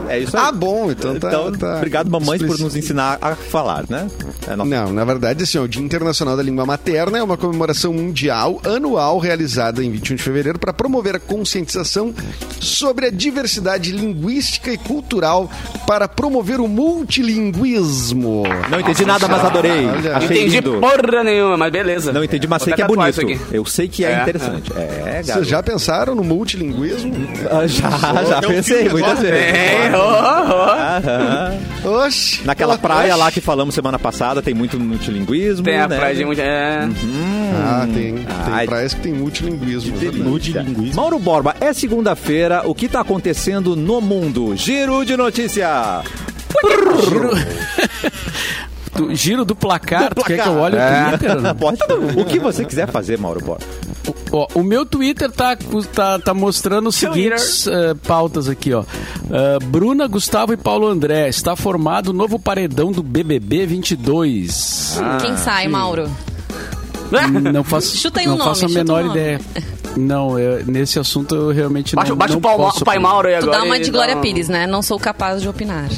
[SPEAKER 1] É, isso aí.
[SPEAKER 6] Ah, bom, então tá.
[SPEAKER 1] então,
[SPEAKER 6] tá
[SPEAKER 1] obrigado, mamãe, por
[SPEAKER 6] explícito.
[SPEAKER 1] nos ensinar a falar, né? É nossa-
[SPEAKER 6] Não, na verdade, assim, ó, o Dia Internacional da Língua Materna é uma comemoração mundial anual realizada em 21 de fevereiro para promover a conscientização sobre a diversidade linguística e cultural para promover o multilinguismo.
[SPEAKER 1] Não entendi nada, mas adorei.
[SPEAKER 6] Olha.
[SPEAKER 1] Achei
[SPEAKER 2] Entendi
[SPEAKER 1] lindo.
[SPEAKER 2] porra nenhuma, mas beleza.
[SPEAKER 1] Não entendi, mas
[SPEAKER 2] Vou
[SPEAKER 1] sei que é
[SPEAKER 2] até tatuar
[SPEAKER 1] bonito.
[SPEAKER 2] isso aqui.
[SPEAKER 1] Eu sei que é,
[SPEAKER 2] É,
[SPEAKER 1] interessante. É, garoto.
[SPEAKER 6] Vocês já pensaram no multilinguismo?
[SPEAKER 1] Ah, já, já
[SPEAKER 5] Deu um
[SPEAKER 1] pensei
[SPEAKER 5] filme
[SPEAKER 1] muitas
[SPEAKER 5] agora.
[SPEAKER 1] vezes.
[SPEAKER 2] É, ó, ó.
[SPEAKER 1] Aham.
[SPEAKER 6] Oxi!
[SPEAKER 1] Naquela
[SPEAKER 6] Oxi.
[SPEAKER 1] praia lá que falamos semana passada, tem muito multilinguismo.
[SPEAKER 2] Tem a
[SPEAKER 1] né?
[SPEAKER 2] praia de muito. É.
[SPEAKER 6] Ah, tem, tem
[SPEAKER 1] Ai.
[SPEAKER 6] praias que tem multilinguismo. é verdade.
[SPEAKER 1] Mauro Borba, é segunda-feira, o que tá acontecendo no mundo? Giro de notícia!
[SPEAKER 3] Do- giro do placar, tu quer que
[SPEAKER 1] placar.
[SPEAKER 3] eu olhe
[SPEAKER 2] É.
[SPEAKER 3] o Twitter?
[SPEAKER 1] *laughs*
[SPEAKER 3] né?
[SPEAKER 1] Pode- o que você quiser fazer, Mauro Borba.
[SPEAKER 3] Ó, o meu Twitter tá, tá, tá mostrando os seguintes eh, pautas aqui, ó. Ah, Bruna, Gustavo e Paulo André. Está formado o novo paredão do BBB 22.
[SPEAKER 1] Ah,
[SPEAKER 4] Quem sai, Mauro?
[SPEAKER 3] Não faço,
[SPEAKER 4] *laughs* Chuta aí um
[SPEAKER 3] não
[SPEAKER 4] nome,
[SPEAKER 3] faço a
[SPEAKER 4] chuta um
[SPEAKER 3] menor
[SPEAKER 4] nome.
[SPEAKER 3] ideia. Não, eu- nesse assunto eu realmente
[SPEAKER 2] Bate,
[SPEAKER 3] não
[SPEAKER 2] bate
[SPEAKER 3] não
[SPEAKER 2] o pau,
[SPEAKER 3] posso
[SPEAKER 2] o pai
[SPEAKER 3] opinar.
[SPEAKER 2] Mauro aí
[SPEAKER 4] Tu
[SPEAKER 2] agora.
[SPEAKER 4] dá uma
[SPEAKER 2] e
[SPEAKER 4] de Glória
[SPEAKER 2] um-
[SPEAKER 4] Pires, né? Não sou capaz de opinar.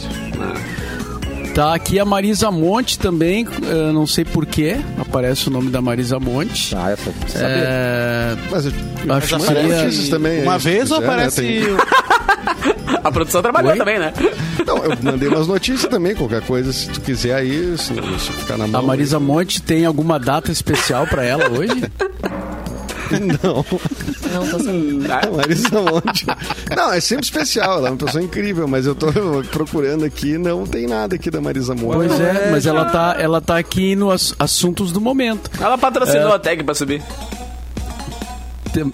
[SPEAKER 3] Tá aqui a Marisa Monte também, eh, não sei porquê, aparece o nome da Marisa Monte.
[SPEAKER 2] Tá,
[SPEAKER 1] Ah, essa.
[SPEAKER 3] É,
[SPEAKER 6] Mas eu,
[SPEAKER 3] Acho
[SPEAKER 6] mas
[SPEAKER 3] que
[SPEAKER 6] aparece
[SPEAKER 3] seria-
[SPEAKER 6] notícias também.
[SPEAKER 5] Uma
[SPEAKER 6] aí, se
[SPEAKER 5] vez ou
[SPEAKER 6] quiser, né?
[SPEAKER 5] aparece.
[SPEAKER 6] Tem-
[SPEAKER 2] A produção trabalhou
[SPEAKER 3] Oi?
[SPEAKER 2] também, né?
[SPEAKER 6] Não, Então, eu mandei umas notícias também, qualquer coisa, se tu quiser aí, se, se ficar na mão.
[SPEAKER 3] a Marisa Monte tem alguma data especial pra ela hoje?
[SPEAKER 2] *laughs*
[SPEAKER 4] Não tô sabendo.
[SPEAKER 2] Hum,
[SPEAKER 6] A Marisa Monte. Não, é sempre especial, ela é uma pessoa incrível, mas eu tô *laughs* procurando aqui, não tem nada aqui da Marisa Monte.
[SPEAKER 3] Pois é, mas ela tá, ela tá aqui no ass- assuntos do momento. *laughs*
[SPEAKER 2] Ela patrocinou a tag pra subir.
[SPEAKER 3] Tem-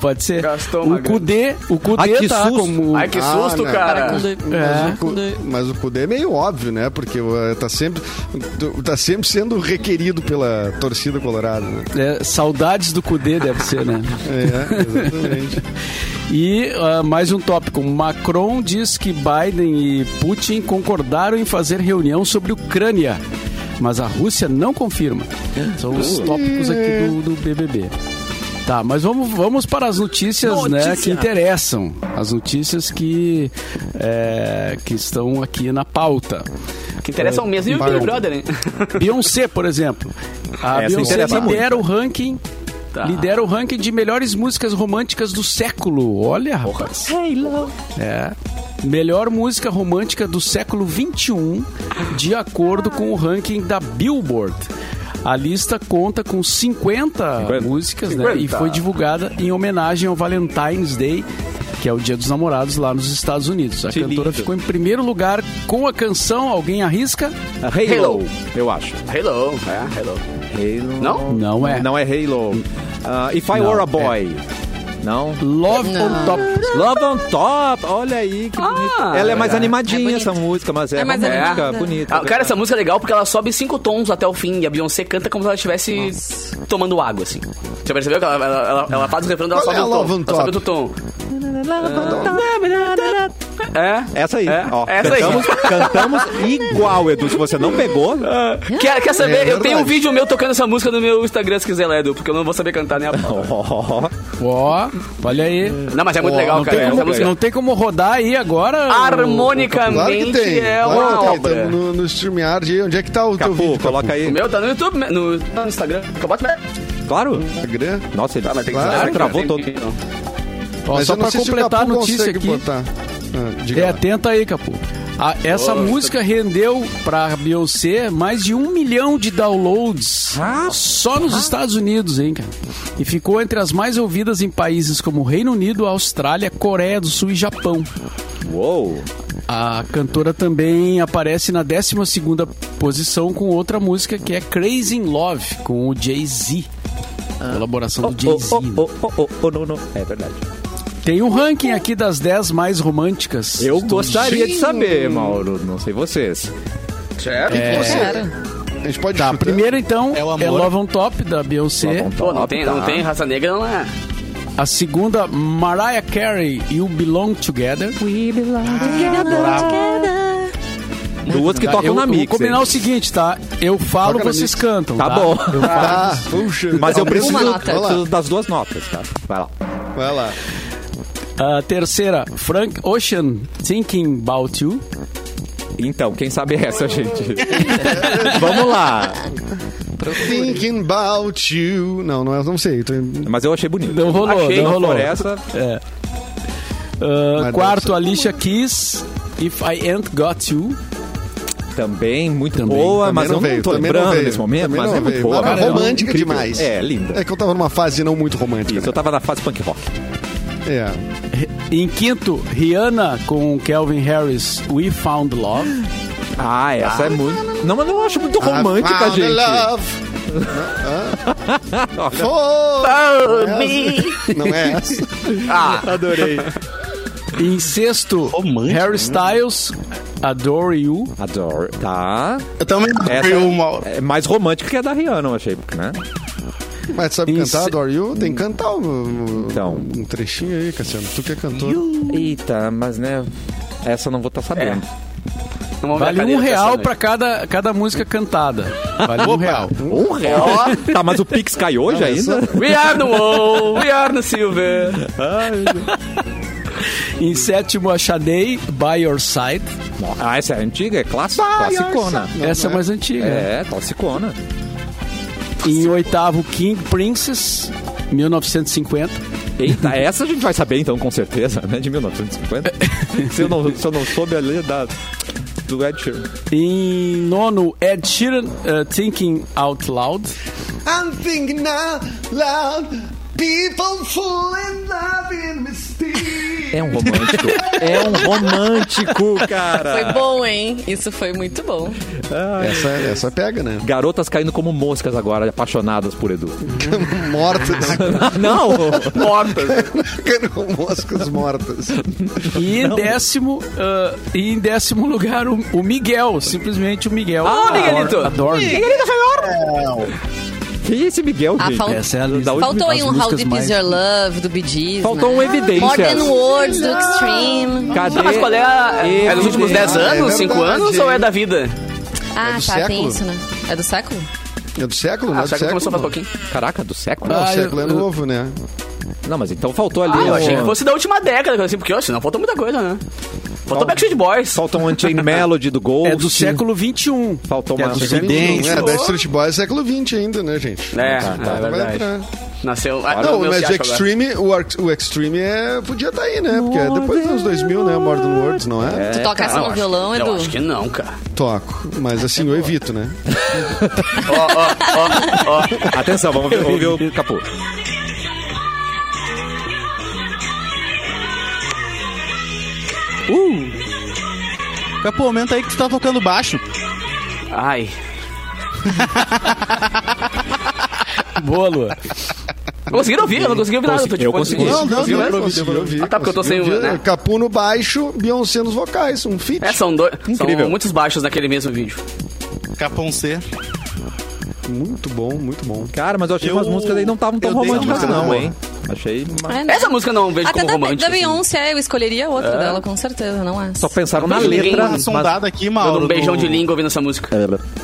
[SPEAKER 3] Pode ser.
[SPEAKER 2] Gastou uma
[SPEAKER 3] o Cudê, o
[SPEAKER 1] Ai,
[SPEAKER 3] Cudê
[SPEAKER 1] que
[SPEAKER 3] tá
[SPEAKER 1] susto.
[SPEAKER 3] como
[SPEAKER 2] Ai, que
[SPEAKER 6] Ah,
[SPEAKER 2] susto,
[SPEAKER 6] não.
[SPEAKER 2] cara.
[SPEAKER 6] Mas,
[SPEAKER 3] É.
[SPEAKER 6] o Cudê, mas o Cudê é meio óbvio, né? Porque eh, tá sempre, tá sempre sendo requerido pela torcida colorada. Né?
[SPEAKER 3] é, saudades do Cudê deve ser, né?
[SPEAKER 6] É, exatamente.
[SPEAKER 3] E ah, mais um tópico. Macron diz que Biden e Putin concordaram em fazer reunião sobre Ucrânia. Mas a Rússia não confirma. São os tópicos aqui do, do BBB. Tá, mas vamos, vamos para as notícias né, que interessam. As notícias que, é, que estão aqui na pauta.
[SPEAKER 2] Que interessa é o mesmo. E o Big
[SPEAKER 6] Barulho.
[SPEAKER 2] Brother, né?
[SPEAKER 3] Beyoncé, por exemplo. A
[SPEAKER 1] Essa
[SPEAKER 3] Beyoncé
[SPEAKER 1] interessa
[SPEAKER 3] lidera o ranking.
[SPEAKER 2] Tá.
[SPEAKER 3] Lidera o ranking de melhores músicas românticas do século. Olha, rapaz. É. Melhor música um, romântica do século 21, de acordo com o ranking da Billboard. A lista conta com 50,
[SPEAKER 1] 50.
[SPEAKER 3] músicas, né? E foi divulgada em homenagem ao Valentine's Day, que é o Dia dos Namorados lá nos Estados Unidos. A
[SPEAKER 1] Que
[SPEAKER 3] cantora
[SPEAKER 1] lindo.
[SPEAKER 3] ficou em primeiro lugar com a canção Alguém Arrisca?
[SPEAKER 1] Halo, eu acho.
[SPEAKER 2] Hello, é, hello.
[SPEAKER 1] Halo.
[SPEAKER 2] Não?
[SPEAKER 3] Não é.
[SPEAKER 1] Não é Halo. Ah, If I
[SPEAKER 3] Não,
[SPEAKER 1] Were a
[SPEAKER 3] é.
[SPEAKER 1] Boy. Não?
[SPEAKER 3] Love on
[SPEAKER 4] Não.
[SPEAKER 3] Top.
[SPEAKER 1] Love on Top, olha aí que bonito. Ela é mais
[SPEAKER 2] é.
[SPEAKER 1] animadinha
[SPEAKER 4] É
[SPEAKER 1] essa
[SPEAKER 4] bonito.
[SPEAKER 1] música, mas é,
[SPEAKER 4] É
[SPEAKER 1] uma
[SPEAKER 4] mais
[SPEAKER 1] música
[SPEAKER 4] animada.
[SPEAKER 1] bonita.
[SPEAKER 2] Ah, cara, essa música é legal porque ela sobe cinco tons até o fim e a Beyoncé canta como se ela estivesse tomando água, assim. Já percebeu que ela, ela, ela- ela faz o refrão ela
[SPEAKER 6] Qual
[SPEAKER 2] sobe
[SPEAKER 6] é a
[SPEAKER 2] um
[SPEAKER 6] Love on
[SPEAKER 2] tom. Ela
[SPEAKER 6] Top?
[SPEAKER 2] sobe outro tom. É.
[SPEAKER 1] Essa aí,
[SPEAKER 2] É,
[SPEAKER 1] ó.
[SPEAKER 2] essa aí.
[SPEAKER 1] cantamos,
[SPEAKER 2] *laughs*
[SPEAKER 1] cantamos igual, Edu. Se você não pegou,
[SPEAKER 2] Quer, quer
[SPEAKER 6] É
[SPEAKER 2] saber? eu
[SPEAKER 6] verdade.
[SPEAKER 2] tenho um vídeo meu tocando essa música no meu Instagram, se quiser, Ledo, porque eu não vou saber cantar nem a pau.
[SPEAKER 1] ó,
[SPEAKER 3] Ó, olha aí.
[SPEAKER 2] Não, mas é muito legal,
[SPEAKER 3] não,
[SPEAKER 2] cara.
[SPEAKER 3] tem
[SPEAKER 2] Essa
[SPEAKER 3] como,
[SPEAKER 2] música
[SPEAKER 3] não tem como rodar aí agora.
[SPEAKER 6] Claro que
[SPEAKER 2] harmonicamente
[SPEAKER 6] tem.
[SPEAKER 2] é
[SPEAKER 6] claro
[SPEAKER 2] uma
[SPEAKER 6] que tem.
[SPEAKER 2] obra.
[SPEAKER 6] Tamo no, no StreamYard aí. Onde é que tá o teu vídeo?
[SPEAKER 1] Capu,
[SPEAKER 6] Capu?
[SPEAKER 1] coloca aí.
[SPEAKER 2] O meu tá no YouTube, no, tá no Instagram. Acabou de ver.
[SPEAKER 1] Claro.
[SPEAKER 6] Instagram.
[SPEAKER 1] Nossa, ele
[SPEAKER 2] Tá, mas tem que
[SPEAKER 6] Claro,
[SPEAKER 2] ser.
[SPEAKER 1] se travou
[SPEAKER 2] Tem
[SPEAKER 1] todo.
[SPEAKER 2] que-
[SPEAKER 3] Ó,
[SPEAKER 6] Mas
[SPEAKER 3] só
[SPEAKER 6] eu não
[SPEAKER 3] pra
[SPEAKER 6] sei se o
[SPEAKER 3] completar a
[SPEAKER 6] Capu
[SPEAKER 3] notícia
[SPEAKER 6] consegue
[SPEAKER 3] aqui.
[SPEAKER 6] Botar. Ah, diga
[SPEAKER 3] É,
[SPEAKER 6] lá.
[SPEAKER 3] atenta aí, Capu. A- essa música rendeu pra Beyoncé mais de um milhão de downloads só nos Estados Unidos, hein, cara? E ficou entre as mais ouvidas em países como Reino Unido, Austrália, Coreia do Sul e Japão.
[SPEAKER 1] Uou.
[SPEAKER 3] A cantora também aparece na 12ª posição com outra música que é Crazy in Love, com o Jay-Z. Colaboração do Jay-Z.
[SPEAKER 1] Ah. Oh, oh, oh, oh, oh, não, não. É verdade.
[SPEAKER 3] Tem um ranking aqui das 10 mais românticas.
[SPEAKER 1] Eu
[SPEAKER 3] Estou-
[SPEAKER 1] gostaria de saber, Mauro. Não sei vocês.
[SPEAKER 2] Certo?
[SPEAKER 6] É.
[SPEAKER 4] Cara,
[SPEAKER 6] A gente pode
[SPEAKER 3] é. Tá,
[SPEAKER 6] chutar?
[SPEAKER 3] primeiro então
[SPEAKER 5] É o amor.
[SPEAKER 3] é Love on Top da Beyoncé.
[SPEAKER 1] Love on Top.
[SPEAKER 2] Pô, não tem, não
[SPEAKER 1] Tá.
[SPEAKER 2] tem raça negra, não é.
[SPEAKER 3] A segunda, Mariah Carey, You Belong Together.
[SPEAKER 1] Duas que
[SPEAKER 3] Tá,
[SPEAKER 1] tocam
[SPEAKER 3] eu,
[SPEAKER 1] na
[SPEAKER 3] eu
[SPEAKER 1] mix.
[SPEAKER 3] Vou combinar
[SPEAKER 1] hein?
[SPEAKER 3] o seguinte, tá? Eu falo,
[SPEAKER 6] Toca na
[SPEAKER 3] vocês
[SPEAKER 6] mix.
[SPEAKER 3] cantam.
[SPEAKER 1] Tá
[SPEAKER 3] Tá,
[SPEAKER 1] bom.
[SPEAKER 3] Eu falo.
[SPEAKER 6] Tá, puxa.
[SPEAKER 1] Mas eu preciso,
[SPEAKER 4] Uma nota.
[SPEAKER 1] eu preciso das duas notas, tá? Vai lá.
[SPEAKER 6] Vai lá.
[SPEAKER 3] A terceira, Frank Ocean, Thinking About You.
[SPEAKER 1] Então, quem sabe é essa, gente? Vamos lá.
[SPEAKER 6] Thinking about you. Não, não, é- não sei. Tô... em-
[SPEAKER 1] Mas eu achei bonito.
[SPEAKER 3] Não rolou,
[SPEAKER 2] Achei,
[SPEAKER 3] não
[SPEAKER 1] Não
[SPEAKER 3] rolou.
[SPEAKER 1] por essa.
[SPEAKER 3] Ah,
[SPEAKER 6] Mas
[SPEAKER 3] quarto,
[SPEAKER 6] dessa-
[SPEAKER 3] Alicia Keys, If I Ain't Got You.
[SPEAKER 1] Também muito
[SPEAKER 3] Também.
[SPEAKER 1] boa,
[SPEAKER 6] Também
[SPEAKER 1] Ah, mas
[SPEAKER 6] não
[SPEAKER 1] eu não
[SPEAKER 6] veio,
[SPEAKER 1] tô
[SPEAKER 6] também não
[SPEAKER 1] lembrando
[SPEAKER 6] veio,
[SPEAKER 1] nesse momento,
[SPEAKER 6] também
[SPEAKER 1] mas
[SPEAKER 6] não
[SPEAKER 1] é muito
[SPEAKER 6] veio.
[SPEAKER 1] boa.
[SPEAKER 6] Mas
[SPEAKER 1] cara.
[SPEAKER 6] romântica
[SPEAKER 1] Incrível.
[SPEAKER 6] demais.
[SPEAKER 1] É, linda.
[SPEAKER 6] É que eu tava numa fase não muito romântica.
[SPEAKER 1] Isso, eu
[SPEAKER 6] né?
[SPEAKER 1] tava na fase punk rock.
[SPEAKER 6] É.
[SPEAKER 3] Em quinto, Rihanna com Kelvin Harris, We Found Love.
[SPEAKER 1] Ah, essa é muito. Não, mas eu não acho muito romântica,
[SPEAKER 6] Ah, I found
[SPEAKER 1] gente. *laughs*
[SPEAKER 6] love. Ah,
[SPEAKER 1] Ah,
[SPEAKER 6] For Não *laughs* é essa.
[SPEAKER 1] Adorei.
[SPEAKER 3] Em sexto,
[SPEAKER 5] Romântico,
[SPEAKER 3] Harry Styles, Adore You.
[SPEAKER 1] Adoro. Tá.
[SPEAKER 5] Eu também
[SPEAKER 1] Essa
[SPEAKER 5] fui o Mauro.
[SPEAKER 1] é mais romântica que a da Rihanna, eu achei, né?
[SPEAKER 6] Mas sabe
[SPEAKER 3] Isso.
[SPEAKER 6] cantar, Adore You? Tem que cantar um,
[SPEAKER 1] Então.
[SPEAKER 6] um trechinho aí, Cassiano. Tu que é cantor.
[SPEAKER 1] Eita, mas né. Essa eu não vou estar sabendo.
[SPEAKER 2] Não vamos ver a
[SPEAKER 3] Vale um
[SPEAKER 2] cadeira dessa
[SPEAKER 3] real
[SPEAKER 2] noite.
[SPEAKER 3] pra cada, cada música cantada. Vale um real.
[SPEAKER 1] Um real? tá, mas o Pix cai hoje ainda?
[SPEAKER 2] We are no wall, we are no silver.
[SPEAKER 3] Em sétimo, a Sade, By Your Side.
[SPEAKER 1] Ah, essa é antiga, é clássica, classicona.
[SPEAKER 3] Essa é mais antiga.
[SPEAKER 1] É, classicona.
[SPEAKER 3] Em oitavo, King Princess, 1950.
[SPEAKER 1] Eita, essa a gente vai saber então, com certeza, né? De 1950. se, eu não, se eu não soube ali é da. Do Ed Sheeran.
[SPEAKER 3] Em nono, Ed Sheeran, uh, Thinking Out Loud.
[SPEAKER 6] I'm thinking out loud. People falling love in mistake.
[SPEAKER 1] É um romântico. é um romântico, cara.
[SPEAKER 4] foi bom, hein? Isso foi muito bom.
[SPEAKER 6] Essa, essa pega, né?
[SPEAKER 1] Garotas caindo como moscas agora, apaixonadas por
[SPEAKER 2] *laughs*
[SPEAKER 1] Edu.
[SPEAKER 6] Mortas.
[SPEAKER 2] Ah,
[SPEAKER 1] Não!
[SPEAKER 2] Mortas.
[SPEAKER 6] Com moscas mortas.
[SPEAKER 3] E em décimo, uh, e em décimo lugar, o, o Miguel. Simplesmente o Miguel.
[SPEAKER 2] Ah,
[SPEAKER 3] Adore-
[SPEAKER 2] Miguelito.
[SPEAKER 3] Adore Me.
[SPEAKER 1] que esse Miguel,
[SPEAKER 4] Ah,
[SPEAKER 1] gente?
[SPEAKER 4] fal-
[SPEAKER 3] Essa é a lista.
[SPEAKER 1] Da última-
[SPEAKER 4] Faltou aí
[SPEAKER 3] as
[SPEAKER 4] um How
[SPEAKER 3] músicas
[SPEAKER 4] Deep
[SPEAKER 3] mais-
[SPEAKER 4] Is Your Love, do Bee Gees,
[SPEAKER 1] Faltou
[SPEAKER 4] né?
[SPEAKER 1] um evidências.
[SPEAKER 4] Modern Words, do Extreme.
[SPEAKER 1] Cadê?
[SPEAKER 2] Ah, mas qual é a... É dos
[SPEAKER 1] Evidências.
[SPEAKER 2] últimos 10
[SPEAKER 6] Ah, é
[SPEAKER 2] anos, 5
[SPEAKER 6] verdade,
[SPEAKER 2] anos
[SPEAKER 6] hein?
[SPEAKER 2] ou é da vida?
[SPEAKER 4] Ah,
[SPEAKER 6] do
[SPEAKER 4] tá, tem
[SPEAKER 6] século?
[SPEAKER 4] isso, né? É do século?
[SPEAKER 6] É do século? Não
[SPEAKER 2] Ah,
[SPEAKER 6] é do
[SPEAKER 2] só que
[SPEAKER 6] século?
[SPEAKER 2] começou faz pouquinho.
[SPEAKER 1] Caraca, do século?
[SPEAKER 6] Não, o
[SPEAKER 3] Ah,
[SPEAKER 6] século é
[SPEAKER 3] eu-
[SPEAKER 6] novo, né?
[SPEAKER 1] Não, mas então faltou ali.
[SPEAKER 2] Ah, eu
[SPEAKER 1] ó,
[SPEAKER 2] achei que fosse da última década, assim, porque ó, senão falta muita coisa, né? Faltou Backstreet Boys.
[SPEAKER 1] Faltou um Unchained Melody do Ghost.
[SPEAKER 3] É do século XXI.
[SPEAKER 1] Faltou uma...
[SPEAKER 3] É do
[SPEAKER 6] Não, é, Backstreet Boys é século XX ainda, né, gente?
[SPEAKER 2] É,
[SPEAKER 6] Então
[SPEAKER 2] é
[SPEAKER 6] vai
[SPEAKER 2] verdade.
[SPEAKER 6] entrar.
[SPEAKER 2] Nasceu. Ah,
[SPEAKER 6] Não,
[SPEAKER 2] meu
[SPEAKER 6] mas o
[SPEAKER 2] ciático agora.
[SPEAKER 6] Extreme, o, Ar- o Extreme é, podia estar aí, né? Porque é depois dos anos 2000, né? Modern Words, não é?
[SPEAKER 4] Tu toca essa
[SPEAKER 2] Não,
[SPEAKER 4] no
[SPEAKER 2] acho-
[SPEAKER 4] violão,
[SPEAKER 2] Eu
[SPEAKER 4] Edu?
[SPEAKER 2] acho que não, cara.
[SPEAKER 6] Toco. Mas assim, eu evito, né?
[SPEAKER 1] Atenção, vamos ver, vamos ver o capô.
[SPEAKER 5] Capô, aumenta aí que tu tá tocando baixo.
[SPEAKER 2] Ai.
[SPEAKER 3] Boa, Lua.
[SPEAKER 2] Não conseguiram ouvir? Eu não consegui ouvir nada.
[SPEAKER 1] Consegui-
[SPEAKER 2] tô, tipo,
[SPEAKER 1] eu consegui.
[SPEAKER 2] assim,
[SPEAKER 1] Não,
[SPEAKER 5] deu pra
[SPEAKER 6] consegui
[SPEAKER 5] ouvir, deu pra
[SPEAKER 6] ouvir,
[SPEAKER 2] Ah, tá, porque eu tô
[SPEAKER 6] consegui
[SPEAKER 2] sem o-
[SPEAKER 6] ouvir.
[SPEAKER 2] né?
[SPEAKER 6] Capu no baixo, Beyoncé nos vocais, um feat.
[SPEAKER 2] É, são dois.
[SPEAKER 1] Incrível.
[SPEAKER 2] São muitos baixos naquele mesmo vídeo.
[SPEAKER 5] Capão C.
[SPEAKER 6] Muito bom, muito bom.
[SPEAKER 1] Cara, mas eu achei
[SPEAKER 5] Eu-
[SPEAKER 1] umas músicas aí não estavam tão
[SPEAKER 5] eu dei uma
[SPEAKER 1] românticas,
[SPEAKER 5] música
[SPEAKER 1] não,
[SPEAKER 5] boa.
[SPEAKER 1] hein? Achei. uma-
[SPEAKER 4] É, né?
[SPEAKER 2] Essa música eu não vejo
[SPEAKER 4] Até
[SPEAKER 2] como
[SPEAKER 4] da,
[SPEAKER 2] romântica.
[SPEAKER 4] da
[SPEAKER 2] assim. É.
[SPEAKER 4] Beyoncé eu escolheria outra dela, com certeza, não é?
[SPEAKER 1] Só pensaram na
[SPEAKER 2] Não vejo ninguém
[SPEAKER 1] letra.
[SPEAKER 5] Uma
[SPEAKER 1] mas-
[SPEAKER 5] sondada aqui, Mauro.
[SPEAKER 2] Dando um beijão
[SPEAKER 5] no-
[SPEAKER 2] de língua ouvindo essa música.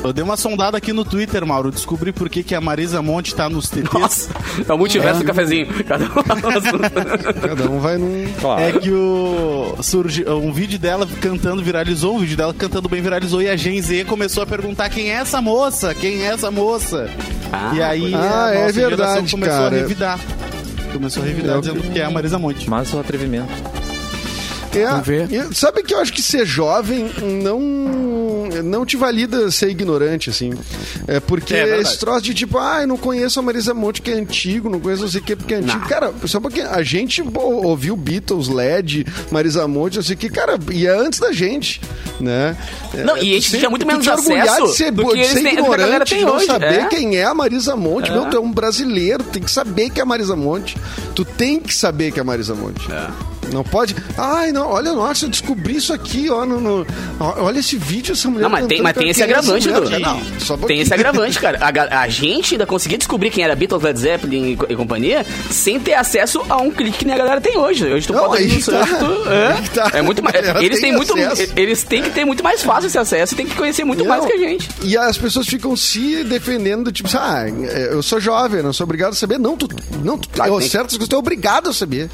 [SPEAKER 5] Eu dei uma sondada aqui no Twitter, Mauro. Descobri por que, que a Marisa Monte tá nos TTs.
[SPEAKER 2] Nossa, é o multiverso do cafezinho. Cada um fala
[SPEAKER 6] Cada um vai num.
[SPEAKER 1] Claro.
[SPEAKER 5] É que o surgiu um vídeo dela cantando viralizou, um vídeo dela cantando bem viralizou e a Gen Z começou a perguntar quem é essa moça, quem é essa moça.
[SPEAKER 2] Ah,
[SPEAKER 5] e aí
[SPEAKER 6] Ah,
[SPEAKER 5] a
[SPEAKER 6] é
[SPEAKER 5] nossa geração
[SPEAKER 6] verdade,
[SPEAKER 5] começou
[SPEAKER 6] cara.
[SPEAKER 5] a revidar. Começou a revidar
[SPEAKER 6] É o
[SPEAKER 5] dizendo que é a Marisa Monte.
[SPEAKER 1] Mas o um atrevimento.
[SPEAKER 6] É,
[SPEAKER 3] Vamos ver.
[SPEAKER 6] e sabe que eu acho que ser jovem não não te valida ser ignorante, assim. É porque
[SPEAKER 5] É verdade.
[SPEAKER 6] esse troço de tipo, ah, eu não conheço a Marisa Monte que é antigo, não conheço não sei o que porque é antigo. Cara, só porque a gente pô, ouviu Beatles, LED, Marisa Monte, não sei o que, cara, e é antes da gente, né?
[SPEAKER 2] Não,
[SPEAKER 6] É,
[SPEAKER 2] e a gente
[SPEAKER 6] tu
[SPEAKER 2] tinha muito
[SPEAKER 6] tu
[SPEAKER 2] menos
[SPEAKER 6] te orgulhar
[SPEAKER 2] acesso
[SPEAKER 6] de ser,
[SPEAKER 2] do
[SPEAKER 6] bo-
[SPEAKER 2] que
[SPEAKER 6] de
[SPEAKER 2] eles
[SPEAKER 6] ser
[SPEAKER 2] têm- do que a galera
[SPEAKER 6] ignorante,
[SPEAKER 2] tem
[SPEAKER 6] de não
[SPEAKER 2] hoje,
[SPEAKER 6] saber
[SPEAKER 2] é.
[SPEAKER 6] quem é a Marisa Monte. Meu, tu é um brasileiro, tem que saber que é a Marisa Monte. Tu tem que saber que é a Marisa Monte. Não pode. Ai, não, olha, nossa, eu descobri isso aqui, ó. No, no- ó, olha esse vídeo, essa mulher.
[SPEAKER 2] Não, mas tem-
[SPEAKER 6] cantando,
[SPEAKER 2] mas
[SPEAKER 6] cara,
[SPEAKER 2] tem esse
[SPEAKER 6] quem é essa
[SPEAKER 2] agravante,
[SPEAKER 6] mulher?
[SPEAKER 2] Dudu.
[SPEAKER 6] Não, só um
[SPEAKER 2] Tem
[SPEAKER 6] pouquinho.
[SPEAKER 2] esse agravante, cara. A, ga- a gente ainda conseguia descobrir quem era Beatles, Led Zeppelin e, co- e companhia sem ter acesso a um clique que nem a galera tem hoje. Hoje tu
[SPEAKER 6] Não,
[SPEAKER 2] pode
[SPEAKER 6] aí
[SPEAKER 2] ir no
[SPEAKER 6] que
[SPEAKER 2] Santos,
[SPEAKER 6] *laughs* tá.
[SPEAKER 2] tu-
[SPEAKER 6] Aí que
[SPEAKER 2] é,
[SPEAKER 6] tá.
[SPEAKER 2] é muito mais.
[SPEAKER 6] Ela
[SPEAKER 2] Eles
[SPEAKER 6] tem
[SPEAKER 2] têm muito.
[SPEAKER 6] acesso.
[SPEAKER 2] Eles têm que ter muito mais fácil esse acesso e tem que conhecer muito mais
[SPEAKER 6] Não,
[SPEAKER 2] que a gente.
[SPEAKER 6] E as pessoas ficam se defendendo, tipo, ah, eu sou jovem, não sou obrigado a saber. Não, tu, não, tu,
[SPEAKER 2] Claro que
[SPEAKER 6] eu,
[SPEAKER 2] tem.
[SPEAKER 6] certas coisas tu é obrigado a saber.